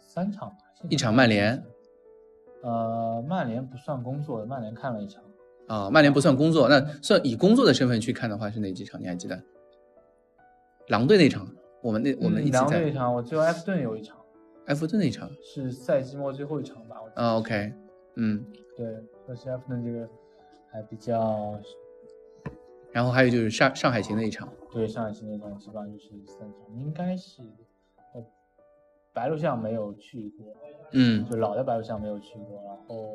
三场吧，现一场场看曼了联三场。呃，曼联不算工作的，曼联看了一场，啊、曼联不算工作，那算以工作的身份去看的话是哪几场？你还记得？狼队那场，我们那我们嗯一起狼队在一场，我只有埃弗顿有一场，埃弗顿那场是赛季末最后一场吧？我记得啊、o k 嗯，对，可是埃弗顿这个还比较然后还有就是上上海行的一场，对上海新那场，基本上就是三场，应该是我白鹿巷没有去过，嗯，就老的白鹿巷没有去过，然后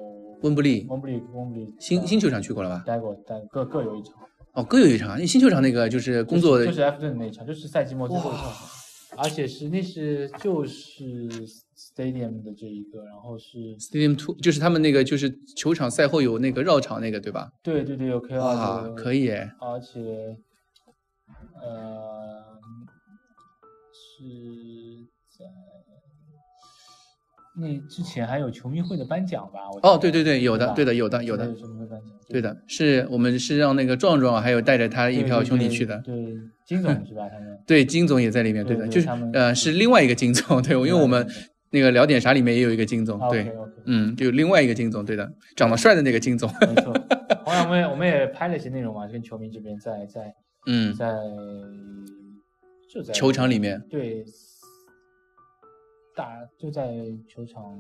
温布利温布利温布利呃新新球场去过了吧？待过，待各各有一场，哦，各有一场啊，新球场那个就是工作就的是就是埃弗顿那一场，就是赛季末最后一场，而且是那是就是 stadium 的这一个，然后是 Stadium Two，就是他们那个就是球场赛后有那个绕场那个对吧？对对对啊有 K 哇，二可以耶，而且，呃，是在那之前还有球迷会的颁奖吧？我记哦得对对对有的吧对的有的有的之前球迷会颁奖，对的，是我们是让那个壮壮还有带着他对，一票对兄弟对去的，对，金总是吧？他 们对，金总也在里面，对的，对就是他们呃是另外一个金总，对，因为我们那个聊点啥里面也有一个金总，对， o k 嗯，就另外一个金总，对的，长得帅的那个金总，没错。后来我们也我们也拍了一些内容嘛，跟球迷这边在在嗯，在就在球场里面，对，大就在球场，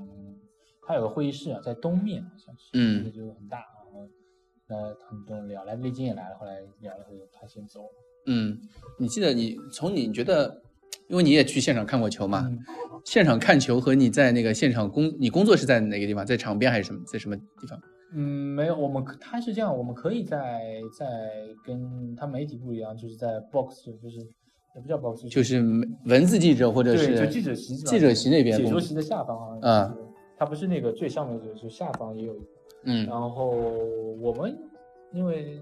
它有个会议室啊，在东面好像是，嗯那个就很大啊。然后呃，很多人聊，来魏晶也来了，后来聊了会，他先走了。嗯，你记得你从你觉得，因为你也去现场看过球嘛，嗯，现场看球和你在那个现场工，你工作是在哪个地方？在场边还是什么？在什么地方？嗯，没有，我们可他是这样，我们可以在在跟他媒体不一样，就是在 box，就是也不叫 box，就是文字记者或者对，是就记者席，记者席那边解工说作席的下方好像啊是，它不是那个最上面的，就下方也有一个。嗯然后我们因为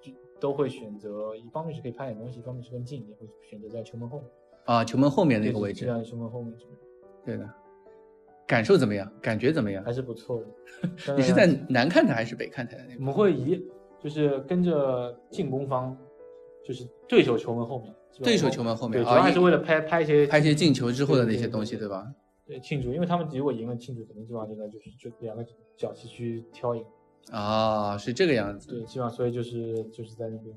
就都会选择，一方面是可以拍点东西，一方面是更近，也会选择在球门后面啊球门后面那对个位就置，在球门后面这边对的，感受怎么样？感觉怎么样？还是 不错的。当你是在然南看台还是北看台的那我边？们会移，就是跟着进攻方，就是对手球门后面，基本上对手球门后面对，主啊，要还因是为了拍拍一些拍一些进球之后的那些东西，对对吧？对庆祝，因为他们如果赢了庆祝，肯定基本上应该就是就两个角旗去挑赢，啊，是这个样子。对，基本上所以就是就是在那边。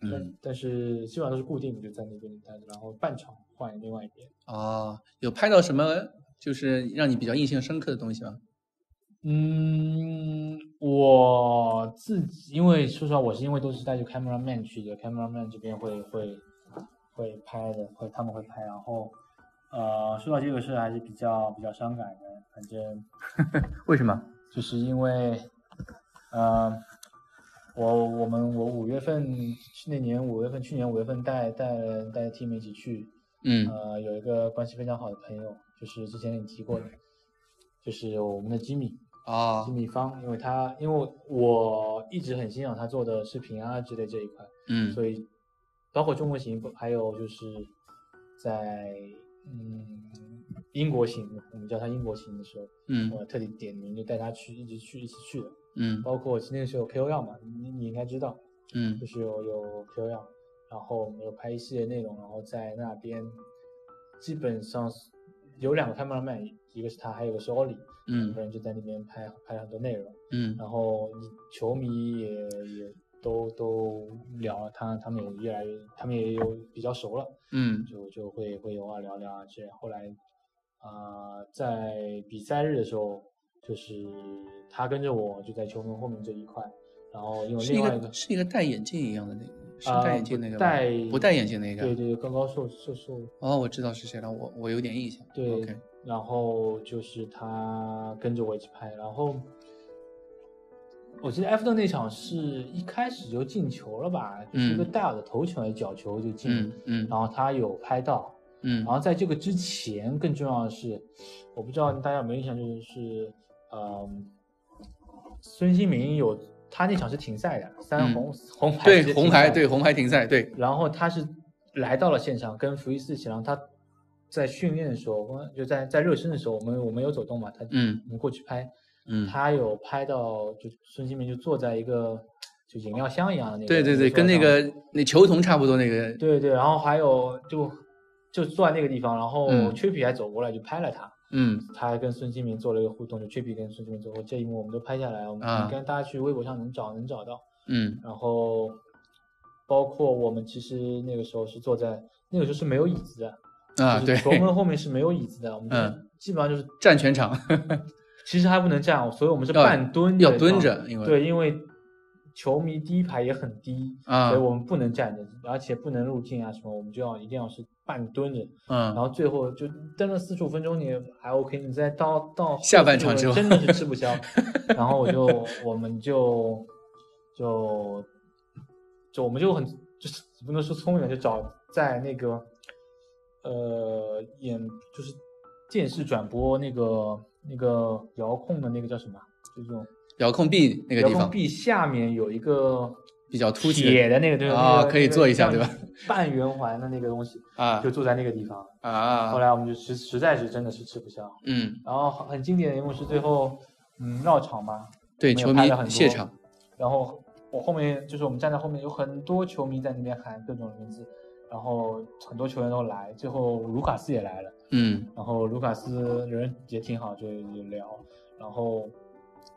嗯但，但是基本上都是固定的，就在那边待着，然后半场换另外一边。啊，有拍到什么就是让你比较印象深刻的东西吗？嗯，我自己因为说实话，我是因为都是带着 camera man 去的，camera man 这边会会会拍的，会他们会拍。然后，呃，说到这个事还是比较比较伤感的，反正 为什么？就是因为，呃，我我们我五月份那年五月份去年五月份带带带 team 一起去，嗯呃，有一个关系非常好的朋友，就是之前你提过的，就是我们的吉米，啊吉米方，因为他因为我一直很欣赏他做的视频啊之类这一块，嗯所以包括中国行，还有就是在嗯英国行，我们叫他英国行的时候，嗯我特地点名就带他去，一直去一起去的，嗯包括那个时候有 KOL 嘛，你你应该知道，嗯就是有有 KOL，然后我们有拍一系列内容，然后在那边基本上是有两个 cameraman，一个是他，还有一个是 Ollie，两嗯个人就在那边拍拍了很多内容，嗯然后球迷也也都都聊了，他他们也越来越，他们也有比较熟了，嗯就就会会偶尔聊聊啊这样。后来，啊、在比赛日的时候，就是他跟着我就在球门后面这一块，然后因为是一另外一个个是一个戴眼镜一样的那个，是啊戴眼镜那个不吧戴不戴眼镜那个对对对高高瘦瘦瘦，哦，我知道是谁了，我我有点印象。对 o k 然后就是他跟着我一起拍，然后我记得埃弗顿那场是一开始就进球了吧，嗯是一个戴尔的头球还是角球就进了，嗯嗯然后他有拍到，嗯然后在这个之前更重要的是，我不嗯知道大家有没有印象，就是呃，孙兴民有他那场是停赛的，三嗯红、红牌对直接停红牌赛对红牌停赛对，然后他是来到了现场，跟福伊斯一起，然后他在训练的时候，我就在在热身的时候，我们我们有走动嘛，他嗯我们过去拍，嗯他有拍到就孙兴民就坐在一个就饮料箱一样的那个，对对对，座跟那上个那球童差不多那个对对，然后还有就就坐在那个地方，然后嗯缺皮还走过来就拍了他，嗯他还跟孙兴民做了一个互动，就缺皮跟孙兴民做过这一幕，我们都拍下来，我们啊你跟大家去微博上能找能找到。嗯然后包括我们其实那个时候是坐在那个时候是没有椅子的啊就是对，球门后面是没有椅子的，我们就是嗯基本上就是站全场其实还不能站，所以我们是要半蹲要的蹲状着，因为对，因为球迷第一排也很低，啊所以我们不能站着，而且不能入境啊什么，我们就要一定要是半蹲着，然嗯后最后就蹬了四十五分钟，你还 OK，你再到到后下半场45之后真的是吃 不消。然后我就我们就就就我们就很就是不能说聪明了，就找在那个呃演就是电视转播那个那个遥控的那个叫什么，啊就这种遥控臂那个遥地控方臂下面有一个比较凸起铁的那个对啊那个可以那个坐一下像对吧？半圆环的那个东西，啊就坐在那个地方。后啊来我们就实实在是真的是吃不消。嗯然后很经典的一幕是最后，嗯，绕场嘛，对，我球们也迷拍了很多谢场，然后我后面就是我们站在后面有很多球迷在那边喊各种名字，然后很多球员都来，最后卢卡斯也来了，嗯然后卢卡斯人也挺好，就就聊，然后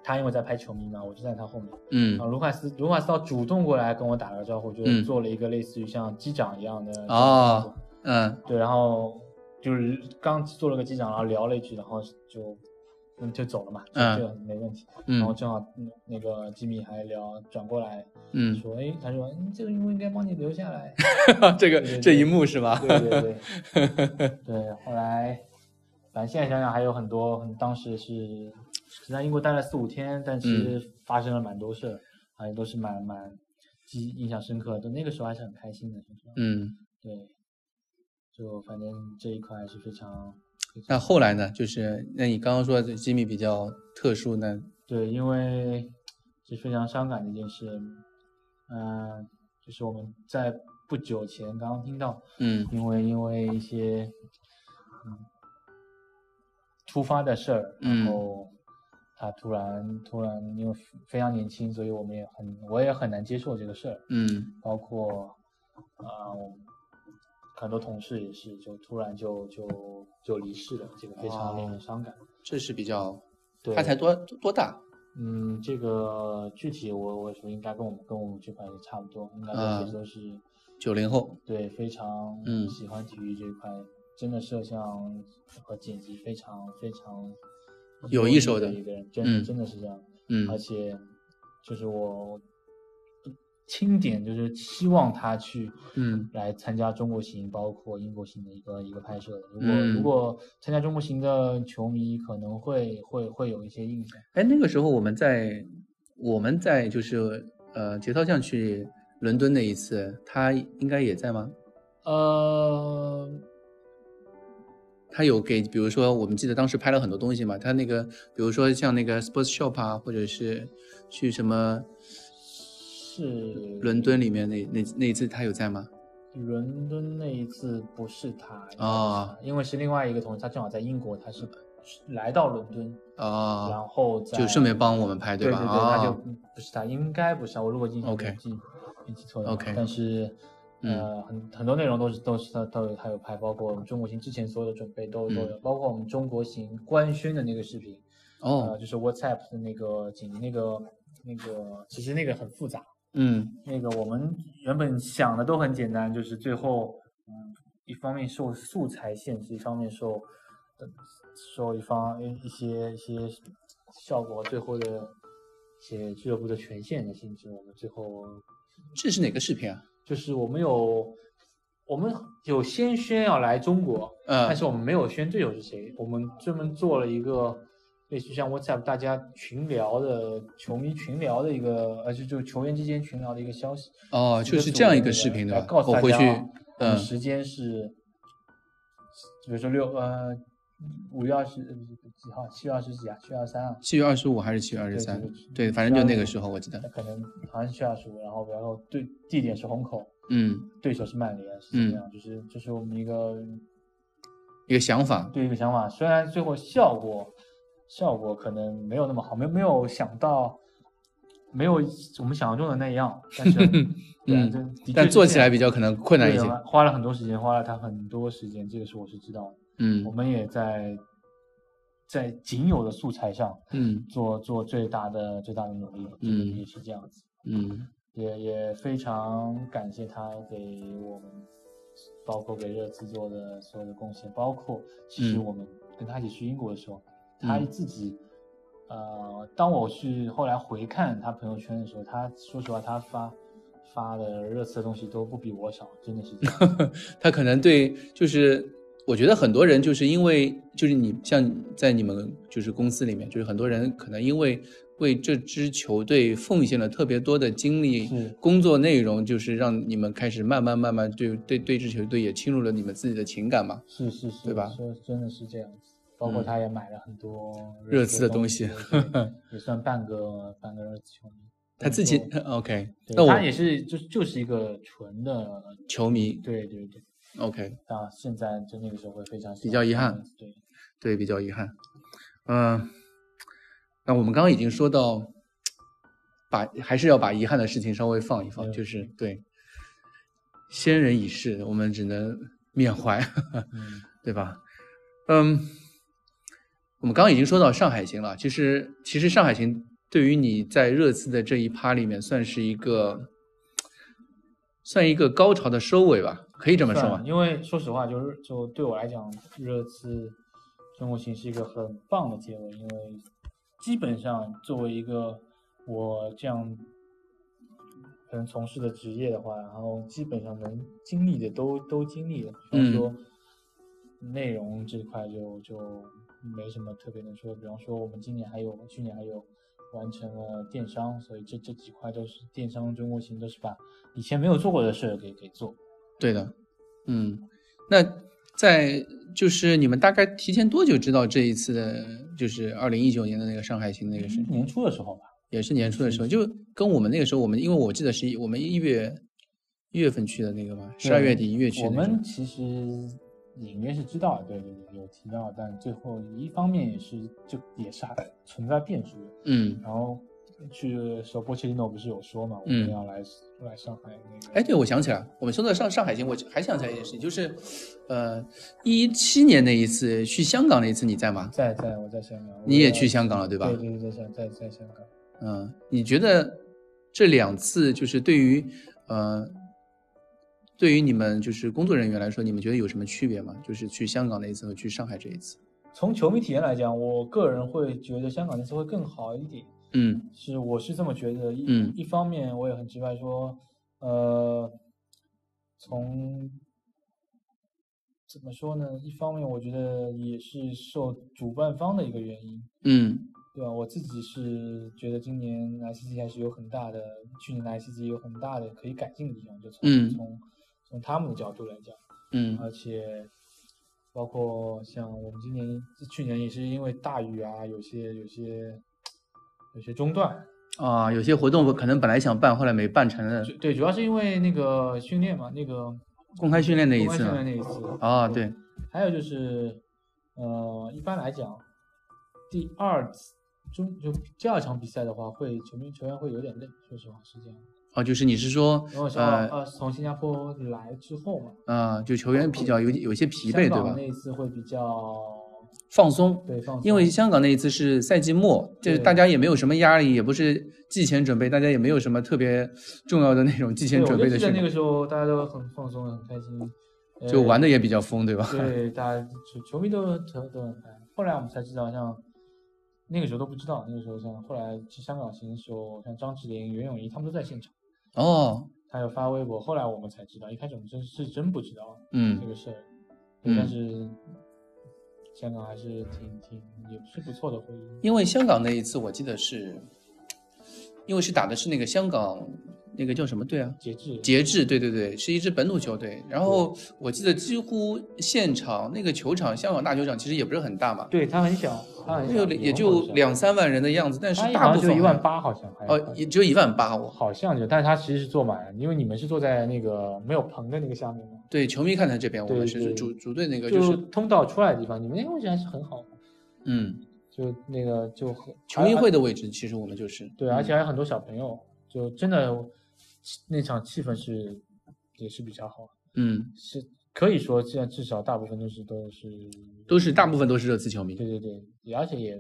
他因为在拍球迷嘛，我就在他后面，嗯然后卢卡斯卢卡斯倒主动过来跟我打了个招呼，就嗯做了一个类似于像击掌一样的动作。哦嗯对，然后就是刚做了个机长，然后聊了一句，然后就嗯就走了嘛，嗯这没问题。然后嗯正好嗯那个吉米还聊转过来嗯，说，哎，他说嗯这个应该帮你留下来。 这对个对这一对幕是吧？对对对对，后来反正现在想想还有很多，很当时是是在英国待了四五天，但嗯是发生了蛮多事儿，而且都是蛮蛮记印象深刻的，那个时候还是很开心的，说实话。嗯，对，就反正这一块还是非常。非那常后来呢？就是那你刚刚说的吉米比较特殊呢，对，因为是非常伤感的一件事，嗯、就是我们在不久前刚刚听到，嗯因为因为一些嗯突发的事儿，然嗯后他突然突然因为非常年轻，所以我们也很我也很难接受这个事儿，嗯包括啊、我们很多同事也是，就突然就就就离世了，这个非常令人伤感。这是比较，对，哦他才多多多大？嗯，这个具体我我说应该跟我们跟我们这块也差不多，应该啊都是都是、九零后，对非常嗯喜欢体育这一块，真的摄像和剪辑非常非常有一一手的的一个人，真的、嗯真的是这样，嗯而且就是我钦点就是期望他去嗯来参加中国行，包括英国行的一个一个拍摄的。如果、嗯如果参加中国行的球迷可能会会会有一些印象。哎，那个时候我们在我们在就是呃节操酱去伦敦那一次，他应该也在吗？呃，他有给，比如说我们记得当时拍了很多东西嘛，他那个比如说像那个 Sports Shop 啊，或者是去什么是伦敦里面那那那一次他有在吗？伦敦那一次不是他应该不是他哦因为是另外一个同事，他正好在英国，他是来到伦敦，哦，然后再就顺便帮我们拍对吧？对，啊、那就不是他，应该不是他。我如果印象 OK 没记没记错的话 OK 嗯但是。呃，很很多内容都是都是他都有他有拍，包括我们中国行之前所有的准备都都嗯有，包括我们中国行官宣的那个视频，呃哦呃，就是 WhatsApp 的那个紧那个那个，其实那个很复杂，嗯那个我们原本想的都很简单，就是最后，嗯，一方面受素材限制，一方面受，呃受一方一些一些效果，最后的一些俱乐部的权限的限制，我们最后这是哪个视频啊？就是我们有我们有先宣要来中国，但呃，是我们没有宣队友是谁，我们专门做了一个类似于像 WhatsApp 大家群聊的球迷群聊的一个，呃，就就球员之间群聊的一个消息。哦，就是这样一个视频对来吧？告诉我大回家去啊，我们嗯时间是，比如说六呃五月二十呃几号，七月二十几啊，七月二十三啊，七月二十五还是七月二对十三就？对，反正就那个时候，候我记得。可能好像是七月二十五，然后然后对地点是虹口，嗯，对手是曼联，是这样，就是这是我们一个一个想法。对一个想法，虽然最后效果效果可能没有那么好，没没有想到。没有我们想象中的那样，但 是，对啊，嗯这的确但是做这起来样比较可能困难一对些。花了很多时间，花了他很多时间，这个是我是知道的。嗯我们也在在仅有的素材上嗯做做最大的最大的努力，这个嗯也是这样子，嗯也也非常感谢他给我们，包括给热刺做的所有的贡献，包括其实嗯我们跟他一起去英国的时候，他嗯自己。呃，当我去后来回看他朋友圈的时候，他说实话，他发发的热刺的东西都不比我少，真的是这样子。他可能对就是。我觉得很多人就是因为就是你像在你们就是公司里面，就是很多人可能因为为这支球队奉献了特别多的精力是，工作内容，就是让你们开始慢慢慢慢对对对这支球队也侵入了你们自己的情感嘛。是是是，对吧说真的是这样子，包括嗯他也买了很多热刺的东 东对也算半个半个热刺球迷。他自己对 OK，对那他我也是就是就是一个纯的，球迷对对对， OK，啊，现在就那个时候会非常喜比欢较遗憾这样子，对，对，比较遗憾。嗯、那我们刚刚已经说到，把还是要把遗憾的事情稍微放一没放，有就是对，先人已逝，我们只能 缅怀，嗯，对吧？嗯，我们刚刚已经说到上海行了，其实其实上海行对于你在热刺的这一趴里面，算是一个算一个高潮的收尾吧，可以这么说算吗了？因为说实话，就是就对我来讲，热刺中国行是一个很棒的结尾，因为基本上作为一个我这样可能从事的职业的话，然后基本上能经历的都都经历了，比嗯方说内容这块就就没什么特别能说的，比方说我们今年还有去年还有。完成了电商，所以这这几块都是电商中国行，都是把以前没有做过的事儿给给做。对的，嗯，那在就是你们大概提前多久知道这一次的，就是二零一九年的那个上海行的那个事情，年初的时候吧，也是年初的时候，就跟我们那个时候，我们因为我记得是一我们一月一月份去的那个嘛，十二月底一月去我的那个，们其实隐约是知道的，对对对，有提到，但最后一方面也是就也是还存在变数的。嗯，然后去的时候波切蒂诺不是有说嘛，我们嗯要来、来上海那个，哎，对，我想起来了，我们说到上上海行，我还想起来一件事情，就是，呃，一七年那一次去香港那一次你在吗？在在我在香港，你也去香香港了对吧？对对对，在香在在香港，嗯，你觉得这两次就是对于呃，对于你们就是工作人员来说，你们觉得有什么区别吗？就是去香港那一次和去上海这一次？从球迷体验来讲，我个人会觉得香港那次会更好一点。嗯是我是这么觉得。一、嗯一方面我也很直白说，呃，从怎么说呢？一方面我觉得也是受主办方的一个原因，嗯对吧？我自己是觉得今年 ICC 还是有很大的，去年的 ICC 有很大的可以改进的地方，就从、嗯从从他们的角度来讲。嗯而且包括像我们今年、去年也是因为大雨啊，有些、有些、有些中断。啊，有些活动可能本来想办，后来没办成的主对，主要是因为那个训练嘛，那个公开训练那一公开次训呢练嗯那一次。啊，对，还有就是，呃，一般来讲，第二次中就第二场比赛的话，会球迷球员会有点累，说实话是这样。哦，就是你是说因为我想呃呃，从新加坡来之后嘛，啊，就球员比较有有些疲香惫对港吧那？一次会比较放松。对，放松因为香港那一次是赛季末，就是嗯对大家也没有什么压力，也不是季前准备，大家也没有什么特别重要的那种季前对准我就备的记事得，那个时候大家都很放松，很开心，呃就玩的也比较疯，对吧？ 对，大家球球迷都都都很开心。后来我们才知道，像那个时候都不知道，那个时候像后来去香港行的时候，像张智霖、袁咏仪他们都在现场， 哦，他有发微博，后来我们才知道，一开始我们真是真不知道这嗯，个事儿。对，但嗯是香港还是挺挺也是不错的回忆。因为香港那一次我记得是，因为是打的是那个香港那个叫什么队啊？节制，节制，对对对，是一支本土球队。然后我记得几乎现场那个球场，香港大球场其实也不是很大嘛，对他很小，他很就小，也就两三万人的样子，但是他大好部像就分一万八，好像还哦，也只有一万八哦。好像就，但是他其实是坐满了，因为你们是坐在那个没有棚的那个下面嘛。对，球迷看台这边，我对们是对主主队那个就就是是通道出来的地方，你们那个位置还是很好的，嗯，就那个就很球迷而会嗯的位置，其实我们就是对，而且还有很多小朋友，就真的那场气氛是也是比较好，嗯，是可以说现在至少大部分都是都是都是大部分都是热刺球迷对。对对，也而且也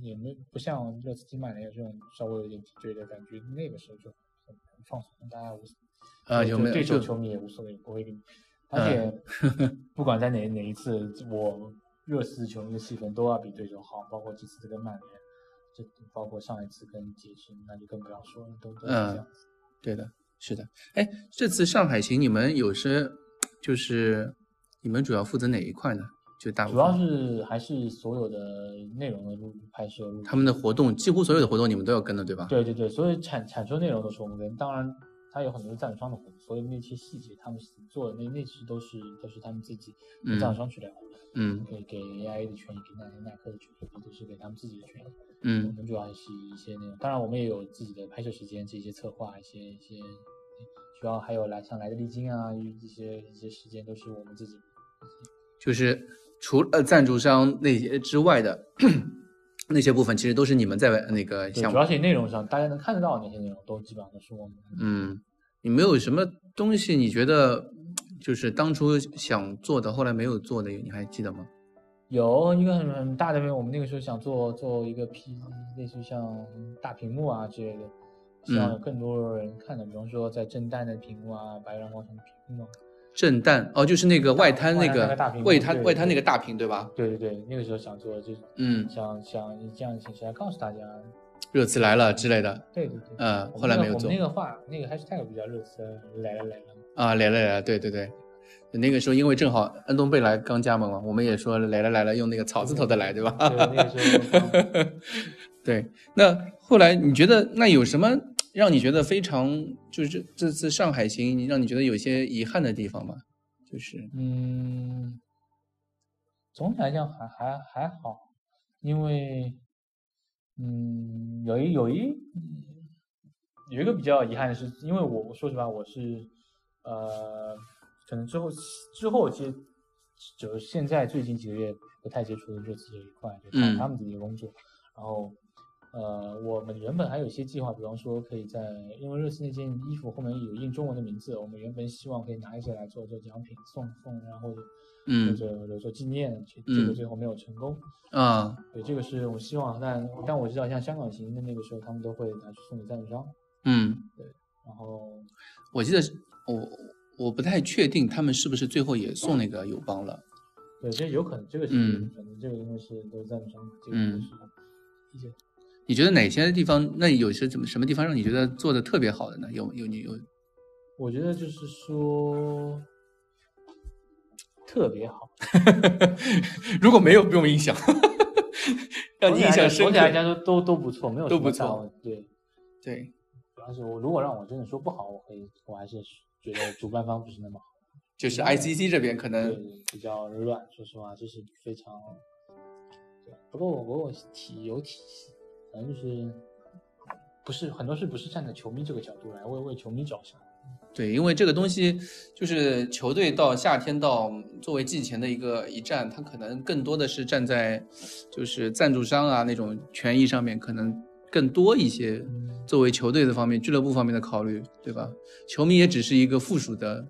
也没不像热刺金曼联有这种稍微有点敌对的感觉，那个时候就很放松，大家无所啊，对有没有对手就嗯球迷也无所谓，不会给你。而且 不管在哪哪一次，我热刺球迷的气氛都要比对手好，包括这次跟曼联，这包括上一次跟杰士，那就更不要说了，都都是这嗯样子。对的，是的。哎，这次上海行你们有是就是你们主要负责哪一块呢？就大部主要分是还是所有的内容的录拍摄录制，他们的活动，几乎所有的活动你们都要跟的，对吧？对对对，所有产产出内容都是我们跟，当然它有很多赞助商的活动，所以那些细节他们做的那那些都是都是他们自己跟赞助商去聊，嗯给给 AIA 的权益，给耐耐克的权益，都是给他们自己的权益。我嗯们主要还是一些那种，当然我们也有自己的拍摄时间，这些策划，一些一些主要还有来像来的丽晶啊，一些一些时间都是我们自己。就是除了赞助商那些之外的 那些部分，其实都是你们在那个对，项目主要。是内容上大家能看得到的那些内容，都基本上都是我们。嗯，你没有什么东西你觉得就是当初想做的，后来没有做的，你还记得吗？有一个很很大的内容，我们那个时候想做做一个 P，类似于像大屏幕啊之类的，希望有更多人看的，比方说在震旦的屏幕啊，白杨广场的屏幕啊。震旦哦，就是那个外滩那外滩那个大屏幕外滩对外滩那个大屏对吧？对对对，那个时候想做就是嗯，想想以这样的形式来告诉大家，热刺来了之类的，对对对。呃，我后们来那没有我做们那个话，那个 hashtag 比较热词，来了来了。 啊，来了来了，对对对，那个时候因为正好安东贝莱刚加盟嘛，我们也说来了来了，用那个草字头的来对吧？ 对，那个时候对，那后来你觉得那有什么让你觉得非常就是这这次上海行让你觉得有些遗憾的地方吗？就是嗯，总体来讲还还还好，因为嗯，有一有一有一个比较遗憾的是，因为我我说实话我是呃，可能之后之后接就是现在最近几个月不太接触热刺这一块，就看嗯他们自己的工作，然后。呃，我们原本还有一些计划，比方说可以在，因为热刺那件衣服后面有印中文的名字，我们原本希望可以拿一些来做做奖品送送，然后或嗯者留作纪念，这这个嗯最后没有成功。啊对，这个是我希望，但但我知道像香港行的那个时候，他们都会拿去送给赞助商，嗯，然后我记得是我我不太确定他们是不是最后也送那个友邦了。对，这有可能，这个是嗯反正这个东西是都是赞助商嘛，这个嗯就是一些你觉得哪些地方？那有些怎么什么地方让你觉得做的特别好的呢？有有你有 我觉得就是说特别好。如果没有不用印象， 让你印象总深体来刻。讲都都都不错，没有都什么不错大问题。对，对，主要是我如果让我真的说不好，我可以，我还是觉得主办方不是那么好，就是 ICC 这边可对能，比较乱。说实话，这是非常。对，不过我不过我体有体系，反正就是不是很多事不是站在球迷这个角度来为为球迷着想。对，因为这个东西就是球队到夏天到作为季前的一个一站，它可能更多的是站在就是赞助商啊那种权益上面，可能更多一些嗯，作为球队的方面、俱乐部方面的考虑，对吧？球迷也只是一个附属的，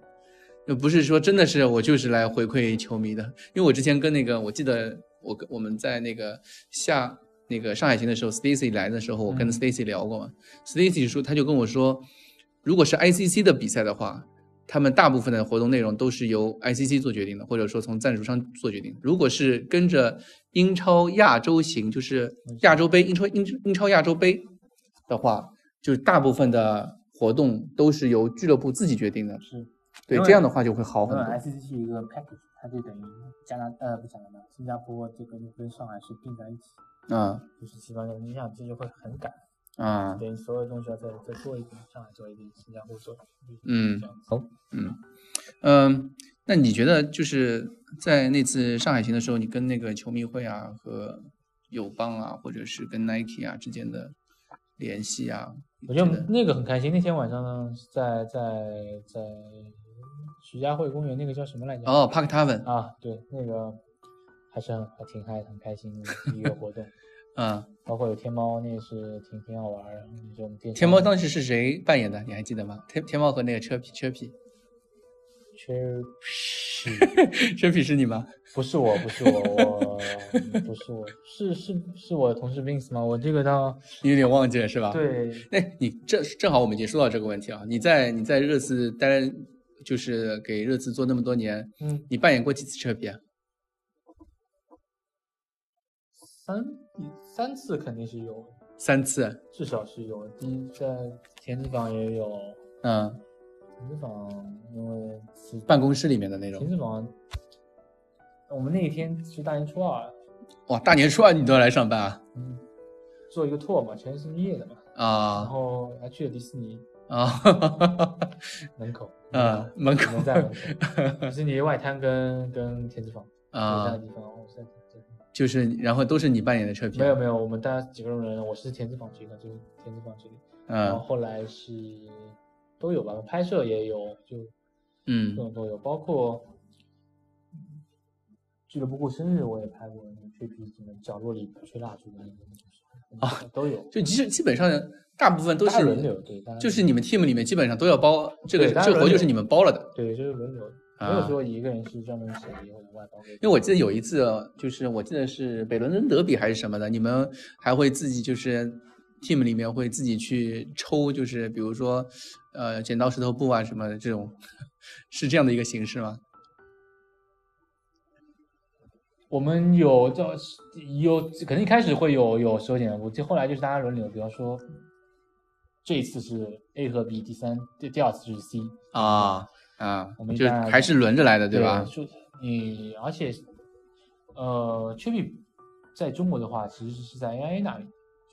又不是说真的是我就是来回馈球迷的。因为我之前跟那个，我记得我跟我们在那个下那个上海行的时候，Stacy 来的时候，我跟嗯 Stacy 聊过嘛、s t a c y 说他就跟我说，如果是 ICC 的比赛的话，他们大部分的活动内容都是由 ICC 做决定的，或者说从赞助商做决定。如果是跟着英超亚洲行，就是亚洲杯、英超英英超亚洲杯的话，就是大部分的活动都是由俱乐部自己决定的。是，对，因为这样的话就会好因很为多。 ICC 是一个 package，它就等于加拿呃不是加拿大，新加坡这个跟上海是并在一起，嗯就是基本上你想这就会很赶，嗯等于所有东西要再再做一遍，上海做一遍，新加坡做一遍，嗯这样子。嗯，那你觉得就是在那次上海行的时候，你跟那个球迷会啊和友邦啊，或者是跟 Nike 啊之间的联系啊？我觉你得那个很开心。那天晚上呢，在在在徐家汇公园那个叫什么来着？哦，Park Tavern，啊，对，那个还是很还挺嗨，很开心的一个活动。嗯，包括有天猫，那也是挺挺好玩儿的。就我们电天猫当时时是谁扮演的？你还记得吗？天天猫和那个车皮车皮 缺车皮是你吗？不是我，不是我，我不是我，是是是我的同事 Vince 吗？我这个倒你有点忘记了是吧？。对哎，你正正好我们已经说到这个问题啊。你在你在热刺待，就是给热刺做那么多年，嗯你扮演过几次车皮啊？三三次肯定是有，三次。至少是有。第一在田子坊也有，嗯，田子坊因为是办公室里面的那种田。子坊，我们那一天是大年初二，哇，大年初二你都要来上班啊？嗯，做一个 tour 嘛，全是夜的嘛，然啊后还去了迪士尼啊， 门口，嗯，门只口能在门口，迪士尼外滩跟跟田子坊这三个啊，地方，我在这个就是然后都是你扮演的车皮。啊没有没有，我们大家几个人，我是田子坊这个，就是田子坊这里，然后嗯后来是都有吧，拍摄也有，就各嗯种都有，包括俱乐部过生日我也拍过，那个吹皮什么角落里吹蜡烛的那个东西，啊都有，就其实基本上大部哦分都大家轮流是，对，大家就是你们 team 里面基本上都要包这个对大家这活轮就流是你们包了的。对就是轮流，没啊有说一个人是专门写的或者外包给，因为我记得有一次，就是我记得是北伦敦德比还是什么的，你们还会自己就是 team 里面会自己去抽，就是比如说，呃，剪刀石头布啊什么的这种，是这样的一个形式吗？我们有叫有，可能一开始会有有时候点，我就后来就是大家轮流，比方说这一次是 A 和 B，第三第第二次是 C，啊啊我们，一就般还是轮着来的，对吧？就你而且呃 c h i p 在中国的话其实是在 AI 那里，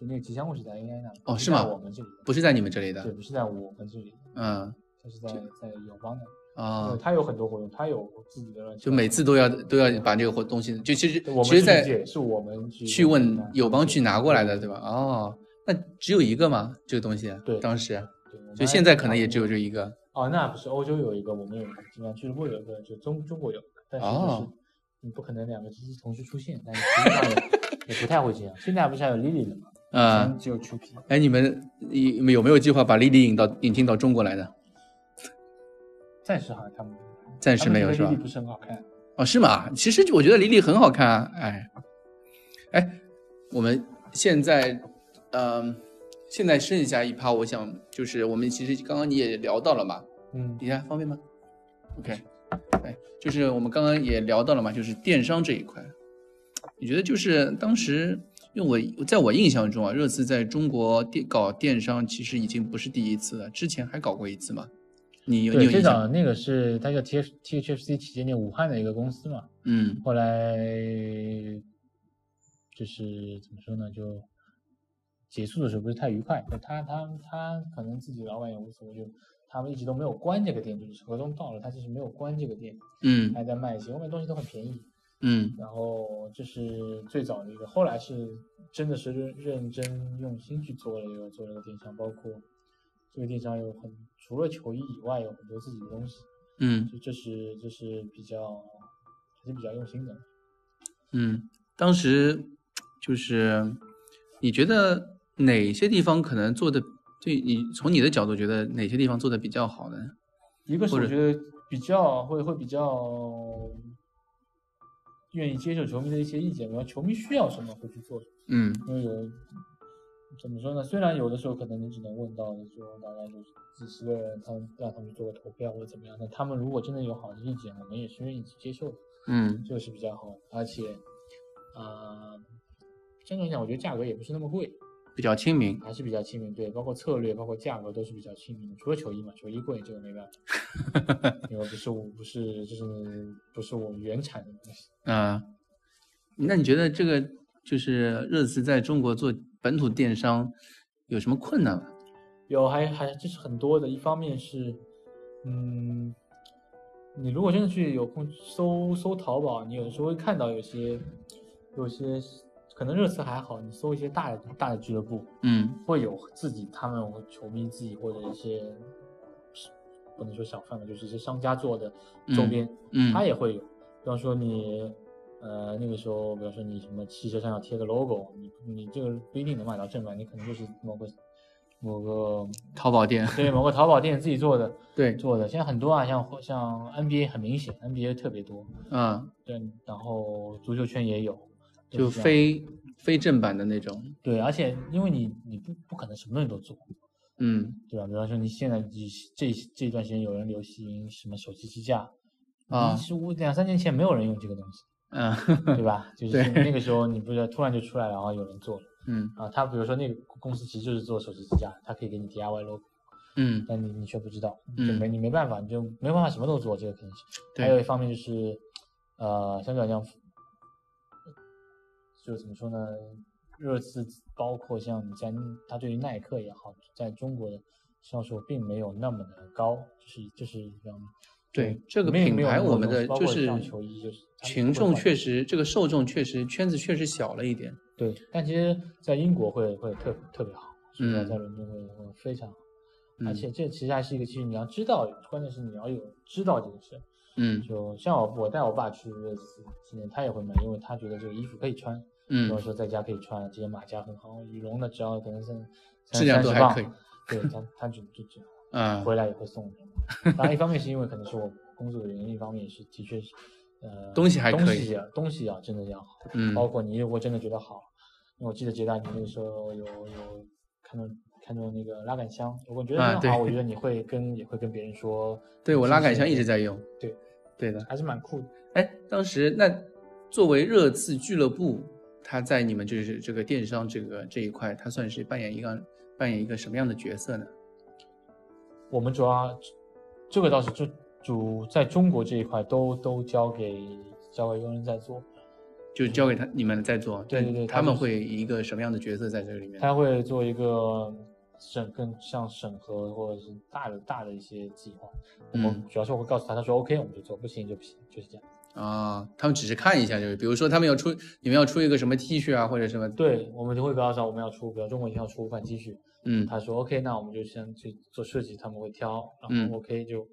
就那个吉祥物是在 AI 那里，哦不是吗在我们这里的，不是在你们这里对，的，不是在我们这里的，嗯它是在在友邦那里，因为啊，它有很多活动，它有自己的乱七就八糟每次都要都要把这个活东西，就其实我们其实，在解是我们去问友邦去拿过来的，对对吧？哦，那只有一个吗？这个东西，对哎啊当时对我们就还现在可能也只有拿这一个。过哦，那不是欧洲有一个，我们有一个，金阳俱乐部有一个，就中中国有一个，但是就哦是你不可能两个机器同时出现，但是实际上也也不太会这样。现在不是还有 Lily 了吗？嗯，以前只有 t r u p 哎，你们有有没有计划把莉莉引到引进到中国来呢？暂时好像他们暂时啊没有是吧 l i 不是很好看，哦，是吗？其实我觉得莉莉很好看啊，哎，哎，我们现在，嗯、现在剩下一趴，我想就是我们其实刚刚你也聊到了嘛，嗯，你看方便吗？OK，哎，就是我们刚刚也聊到了嘛，就是电商这一块，你觉得就是当时，因为我在我印象中啊，热刺在中国电搞电商其实已经不是第一次了，之前还搞过一次嘛，你有你对，有最印象吗？早那个是它叫 T H T H F C 旗舰店，武汉的一个公司嘛，嗯后来就是怎么说呢，就结束的时候不是太愉快，就他他他可能自己老板也无所谓，就他们一直都没有关这个店，就是合同到了，他就是没有关这个店，嗯还在卖一些，外面东西都很便宜。嗯然后这是最早的一个，后来是真的是认认真用心去做了一个做了一个电商，包括这个电商有很除了球衣以外有很多自己的东西，嗯就这是这是比较还是比较用心的。嗯，当时就是你觉得哪些地方可能做的对你从你的角度觉得哪些地方做的比较好呢？一个是或我者觉得比较会会比较愿意接受球迷的一些意见，然后球迷需要什么会去做什么。嗯因为有怎么说呢？虽然有的时候可能你只能问到说大概就是几十个人，他们让他们做个投票或者怎么样的，他们如果真的有好的意见，我们也是愿意去接受的，嗯这个是比较好的。而且，啊、相对来讲，我觉得价格也不是那么贵，比较亲民。还是比较亲民。对，包括策略，包括价格都是比较亲民的，除了球衣嘛，球衣贵这个没办法，因为不是我不是就是不是我们原产的东西。呃，那你觉得这个就是热词在中国做本土电商有什么困难吗？有，还还这是很多的。一方面是，嗯，你如果真的去有空搜搜淘宝，你有时候会看到有些有些可能热词还好，你搜一些大的大的俱乐部，嗯会有自己他们会球迷自己或者一些不能说小贩吧，就是一些商家做的周边，嗯它也会有。比方说你，呃，那个时候，比方说你什么汽车上要贴个 logo，你你这个不一定能买到正版，你可能就是某个某个淘宝 店对某个淘宝店自己做的对，做的。现在很多啊，像像 NBA 很明显，NBA 特别多，嗯、对，然后足球圈也有，都就是这样非非正版的那种。对，而且因为你你不不可能什么人都做，嗯对吧？比方说你现在你这这段时间有人流行什么手机支架，啊是五两三年前没有人用这个东西，嗯 对吧？就对是那个时候你不知道突然就出来了，然后有人做了嗯啊。他比如说那个公司其实就是做手机支架，他可以给你 DIY logo，嗯，但你你却不知道，就嗯没你没办法，你就没办法什么都做，这个肯定是。对还有一方面就是，呃，相对来讲，就怎么说呢？热刺包括像你在它对于耐克也好，在中国的销售并没有那么的高，就是这是一方面。对，这个没有品没有牌那么我们多的包就括是像球衣就是它们群不会众换确实，这个受众确实圈子确实小了一点。对，但其实在英国会会特特别好，所以嗯在伦敦会会非常好。而嗯且这其实还是一个，其实你要知道，关键是你要有知道这个事。嗯就像我我带我爸去瑞士纪念，他也会买，因为他觉得这个衣服可以穿，或者嗯，说在家可以穿，这些马甲很好，羽绒的只要可能三质量都还可以。。三30磅对，他他就就这样，嗯回来也会送人。当然，一方面是因为可能是我工作的原因，一方面也是的确是，呃，东西还可以东西啊，东西啊，真的要好。嗯包括你如果真的觉得好，因为我记得捷达你那个时候有有看中看中那个拉杆箱，我觉得啊很好，对我觉得你会跟也会跟别人说， 对我拉杆箱谢一谢直在用。对对的。还是蛮酷的。哎，当时那作为热刺俱乐部，它在你们就是这个电商这个这一块，它算是扮演一个扮演一个什么样的角色呢？我们主要这个倒是就主在中国这一块都都交给交给佣人在做，就交给他你们在做，对对对他它们就是会以一个什么样的角色在这个里面？他会做一个审更像审核或者是大的大的一些计划。我们嗯主要是我会告诉他，他说 OK 我们就做，不行就不行，就是这样。啊，他们只是看一下，就是比如说他们要出，你们要出一个什么 T 恤啊，或者什么，对，我们就会告诉他我们要出，比如中国一定要出五款 T 恤，嗯。他说 OK，那我们就先去做设计，他们会挑，然嗯后 OK 就、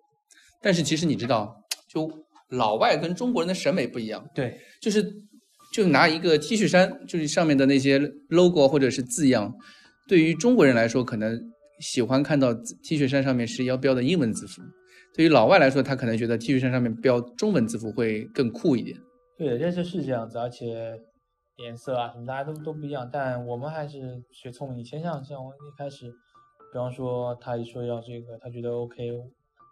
但是其实你知道，就老外跟中国人的审美不一样，对就是就拿一个 T 恤衫，就是上面的那些 logo 或者是字样，对于中国人来说，可能喜欢看到 T 恤衫上面是要标的英文字符。对于老外来说，他可能觉得 T 恤衫上面标中文字符会更酷一点。对，这就是这样子，而且颜色啊什么大家都都不一样，但我们还是学聪明。以前像像我一开始，比方说他一说要这个，他觉得 OK，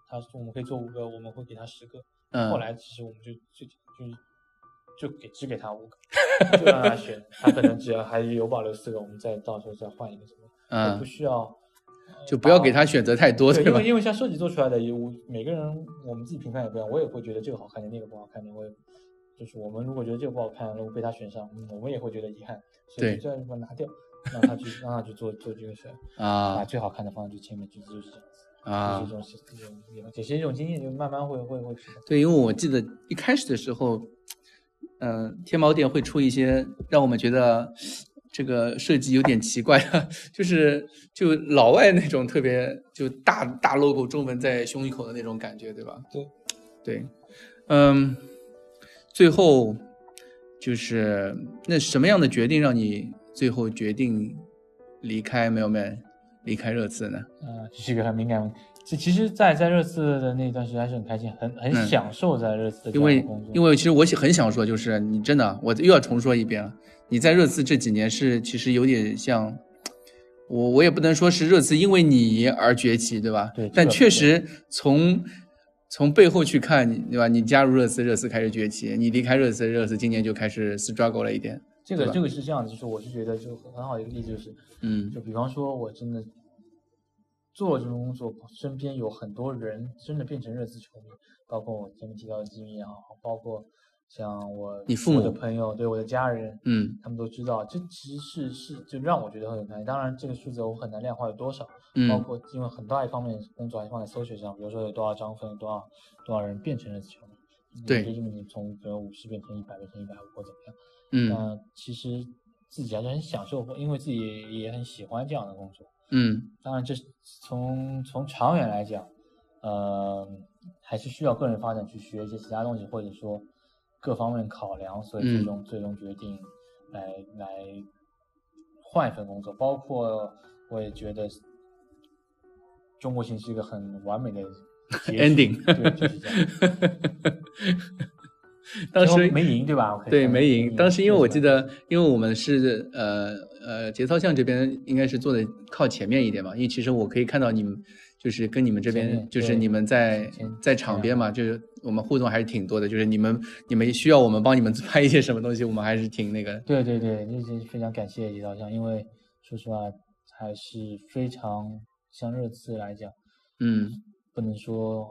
他说我们可以做五个，我们会给他十个。嗯，后来其实我们就就就就给只给他五个，就让他选，他可能只要还有保留四个，我们再到时候再换一个什么，也 不嗯，需要。就不要给他选择太多，对，对因吧为？因为像设计做出来的，也我每个人我们自己评判也不一样，我也会觉得这个好看点，那个不好看点，我也就是我们如果觉得这个不好看，如果被他选上，嗯我们也会觉得遗憾，所以对就这样把它拿掉，让他去让他去做做这个事儿，把啊最好看的放在最前面，就是就是这样子，啊就是一，种这种也是一种经验，就慢慢会会会知道。对，因为我记得一开始的时候，嗯、天猫店会出一些让我们觉得这个设计有点奇怪的，就是就老外那种特别就大大 logo 中文在胸口的那种感觉，对吧？对，对，嗯，最后就是那什么样的决定让你最后决定离开 Mailman，离开热刺呢？呃，这是一个很敏感问题。这其实在，在热刺的那段时间还是很开心，很很嗯享受在热刺的这因样为的工作。因为其实我想很想说，就是你真的，我又要重说一遍了。你在热刺这几年是其实有点像，我我也不能说是热刺因为你而崛起，对吧？对这但个确不实从从背后去看，你对吧？你加入热刺，热刺开始崛起；你离开热刺，热刺今年就开始 struggle 了一点。这对个吧这个是这样子，就是我是觉得就很好的一个例子就是，嗯就比方说我真的做这种工作，身边有很多人真的变成热刺球迷，包括我前面提到的吉米也好，包括像我你父我的母朋友，对我的家人，嗯他们都知道，这其实是是就让我觉得很有压力。当然，这个数字我很难量化有多少，包嗯括因为很大一方面工作还是放在搜索上，比如说有多少张分，多少多少人变成了球迷，对因为你从比如五十变成一百，变成一百五或怎么样。嗯那其实自己还是很享受，因为自己也也很喜欢这样的工作。嗯，当然，这是从从长远来讲，呃，还是需要个人发展去学一些其他东西，或者说各方面考量，所以嗯最终、最终决定来来换一份工作。包括我也觉得中国行是一个很完美的结 局 Ending 对，就是这样。 当最时后没赢对吧？我可以对，说没赢。当时因为我记，没得，因为我们是呃呃节操巷这边应该是坐的靠前面一点嘛，因为其实我可以看到你们就是跟你们这前边面就是对你们在前在场边嘛，就是我们互动还是挺多的，就是你们你们需要我们帮你们 拍一些什么东西，我们还是挺那个对对对，那是非常感谢李导像，因为说实话还是非常像热刺来讲，嗯不能说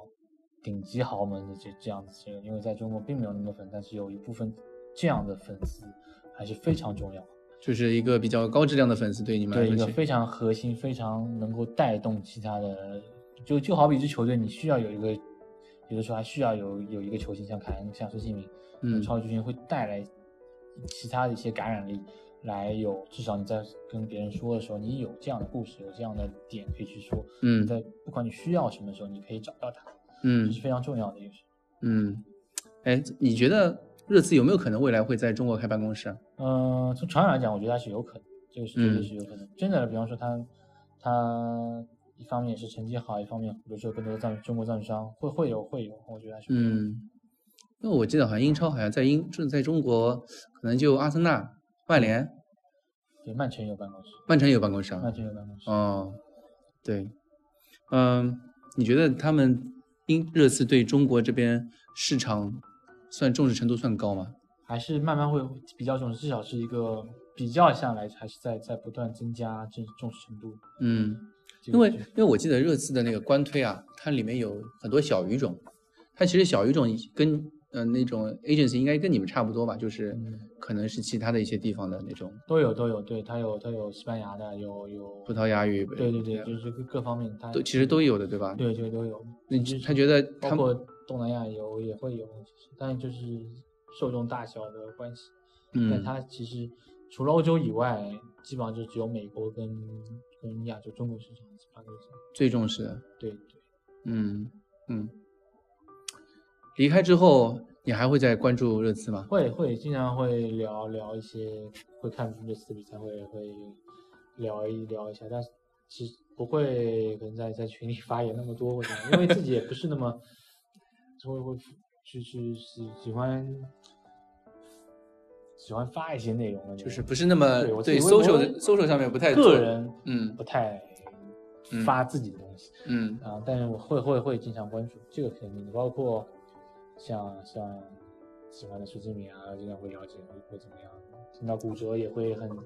顶级豪门的这这样子球员，因为在中国并没有那么多粉，但是有一部分这样的粉丝还是非常重要，就是一个比较高质量的粉丝对你们对来一个说是非常核心、非常能够带动其他的，就就好比一支球队，你需要有一个，有的时候还需要有有一个球星，像凯恩、像孙兴民，嗯超级巨星会带来其他的一些感染力，来有至少你在跟别人说的时候，你有这样的故事，有这样的点可以去说，嗯你在不管你需要什么时候，你可以找到它，这嗯是非常重要的一个事。嗯，哎，你觉得热刺有没有可能未来会在中国开办公室啊？嗯、从长远来讲，我觉得还是有可能，这个是绝对嗯是有可能。真的，比方说他，他一方面是成绩好，一方面比如说更多的赞中国赞助商会会有会有，我觉得还是会有嗯，因为我记得好像英超好像在英就在中国，可能就阿森纳、曼联、对曼城有办公室，曼城有办公室啊曼。城有办公室。哦，对，嗯，你觉得他们英热刺对中国这边市场算重视程度算高吗？还是慢慢会比较重视，至少是一个比较下来，还是在在不断增加这重视程度。嗯，这因个为是因为我记得热刺的那个官推啊，它里面有很多小语种，它其实小语种跟呃那种 agency 应该跟你们差不多吧，就是嗯可能是其他的一些地方的那种都有都有，对，它有它有西班牙的，有有葡萄牙语，呃对对对，就是各各方面它都其实都有的，对吧？对对都有，那就是他觉得包他们括东南亚有也会有，但是就是受众大小的关系。但嗯它其实除了欧洲以外，基本上就只有美国跟跟亚洲中国市场基本上都是最重视的，对对。嗯嗯。离开之后，你还会再关注热刺吗？会会经常会聊聊一些，会看热刺的比赛，会会聊一聊一下，但是其实不会可能在在群里发言那么多，或者因为自己也不是那么会会去去喜喜欢喜欢发一些内容的那种，就是不是那么对我自对己微 social 博的 social 上面不太做个人嗯不太嗯发自己的东西。嗯啊，但是我会会会经常关注这个肯定的，包括像像喜欢的徐敬敏啊，经常会了解会会怎么样，听到骨折也会很很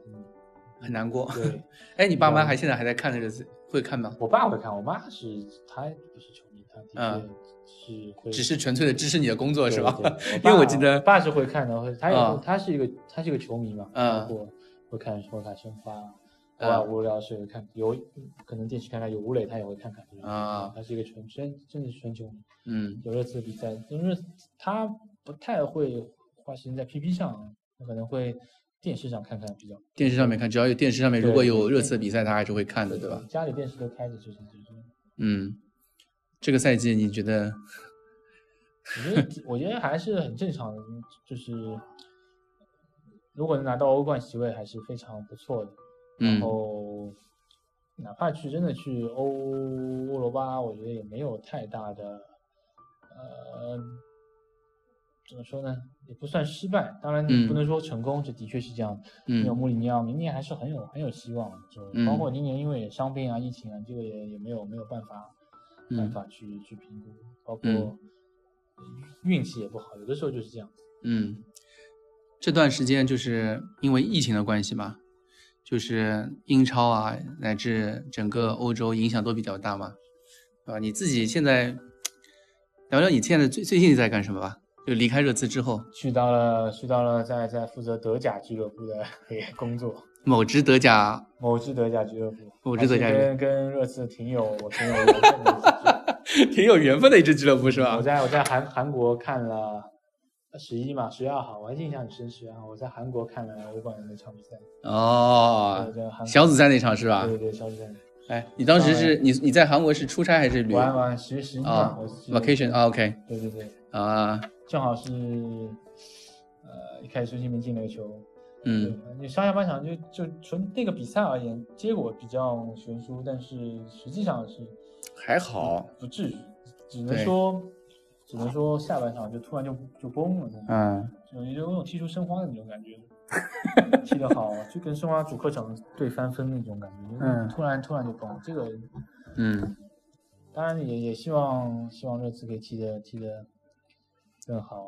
很难过。 对。哎，你爸妈嗯还现在还在看这个字，会看吗？我爸会看，我妈是她不是球迷，她的嗯确是会只是纯粹的支持你的工作对是吧对？对因为我爸记得我爸是会看的，会他也啊会他是一个他是一个球迷嘛，嗯包括会看会看申花。嗯偶尔无聊时会看，有可能电视看看有吴磊，他也会看看。就是啊他是一个纯真真的是纯球迷。 嗯有热刺的比赛，因为他不太会花时间在 PP 上，他可能会电视上看看比较多。电视上面看，只要有电视上面对如果有热刺的比赛，他还是会看的，对吧？家里电视都开着，就是就是，嗯，这个赛季你觉得我觉得我觉得还是很正常的，就是如果能拿到欧冠席位还是非常不错的。嗯然后哪怕去真的去欧欧罗巴，我觉得也没有太大的，呃，怎么说呢，也不算失败。当然，你嗯不能说成功，这的确是这样。没有嗯穆里尼奥，明年还是很有很有希望。就嗯包括今年因为伤病啊、疫情啊，这个也也没有没有办法办嗯法去去评估，包嗯括运气也不好，有的时候就是这样。嗯，这段时间就是因为疫情的关系嘛，就是英超啊乃至整个欧洲影响都比较大嘛，对吧？你自己现在聊聊你现在最最近在干什么吧？就离开热刺之后，去到了去到了在在负责德甲俱乐部的 工作，某支德甲某支德甲俱乐部，某支德甲还俱是乐跟跟热刺挺有我挺有缘分的一支俱乐 部挺有缘分的一支俱乐部是吧我？在我在韩韩国看了十一嘛，十月二号，我还印象很深，十月二号我在韩国看了欧冠的那场比赛，哦我，在韩国小组赛那场是吧？对对对，小组赛。哎，你当时是你你在韩国是出差还是旅游玩玩十十一嘛啊我是？vacation 啊，OK 对对对，啊，正好是呃一开始孙兴民进了个球，对嗯，你上下半场就就纯那个比赛而言，结果比较悬殊，但是实际上是还好，不至于，只能对说只能说下半场就突然就就崩了，嗯有有种踢出申花的那种感 觉。踢得好，就跟申花主客场对三分那种感觉，嗯突然突然就崩了，这个嗯当然也也希望希望热刺可以踢得踢得更好，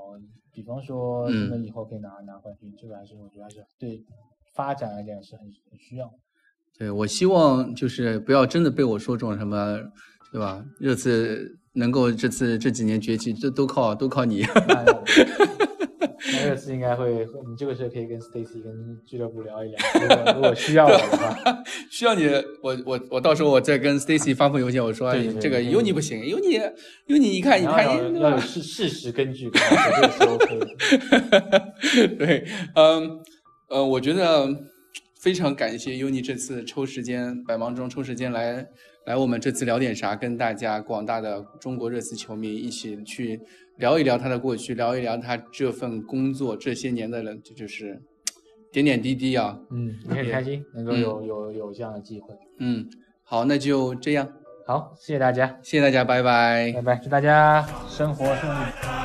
比方说嗯真的以后可以拿、拿冠军，这个还是我觉得还是对发展来讲是很很需要。对，我希望就是不要真的被我说中什么，对吧？热刺能够这次这几年崛起，这都靠都靠 你。 那哎那热刺应该会，会你这个事可以跟 Stacy 跟俱乐部聊一聊，如果如果需要我的 话，需要你，我我我到时候我再跟 Stacy 发朋友圈，我说哎对对对这个对有你不行，有你有你，一看一然后看，哎要对有吧要有事事实根据，跟他说这个是 OK 的。对，嗯呃，我觉得非常感谢 UNI 这次抽时间，百忙中抽时间来来我们这次聊点啥，跟大家广大的中国热刺球迷一起去聊一聊他的过去，聊一聊他这份工作这些年的人，就是点点滴滴啊。嗯，也很开心能够有有有这样的机会。嗯，好，那就这样，好，谢谢大家，谢谢大家，拜拜拜拜，祝大家生活顺利。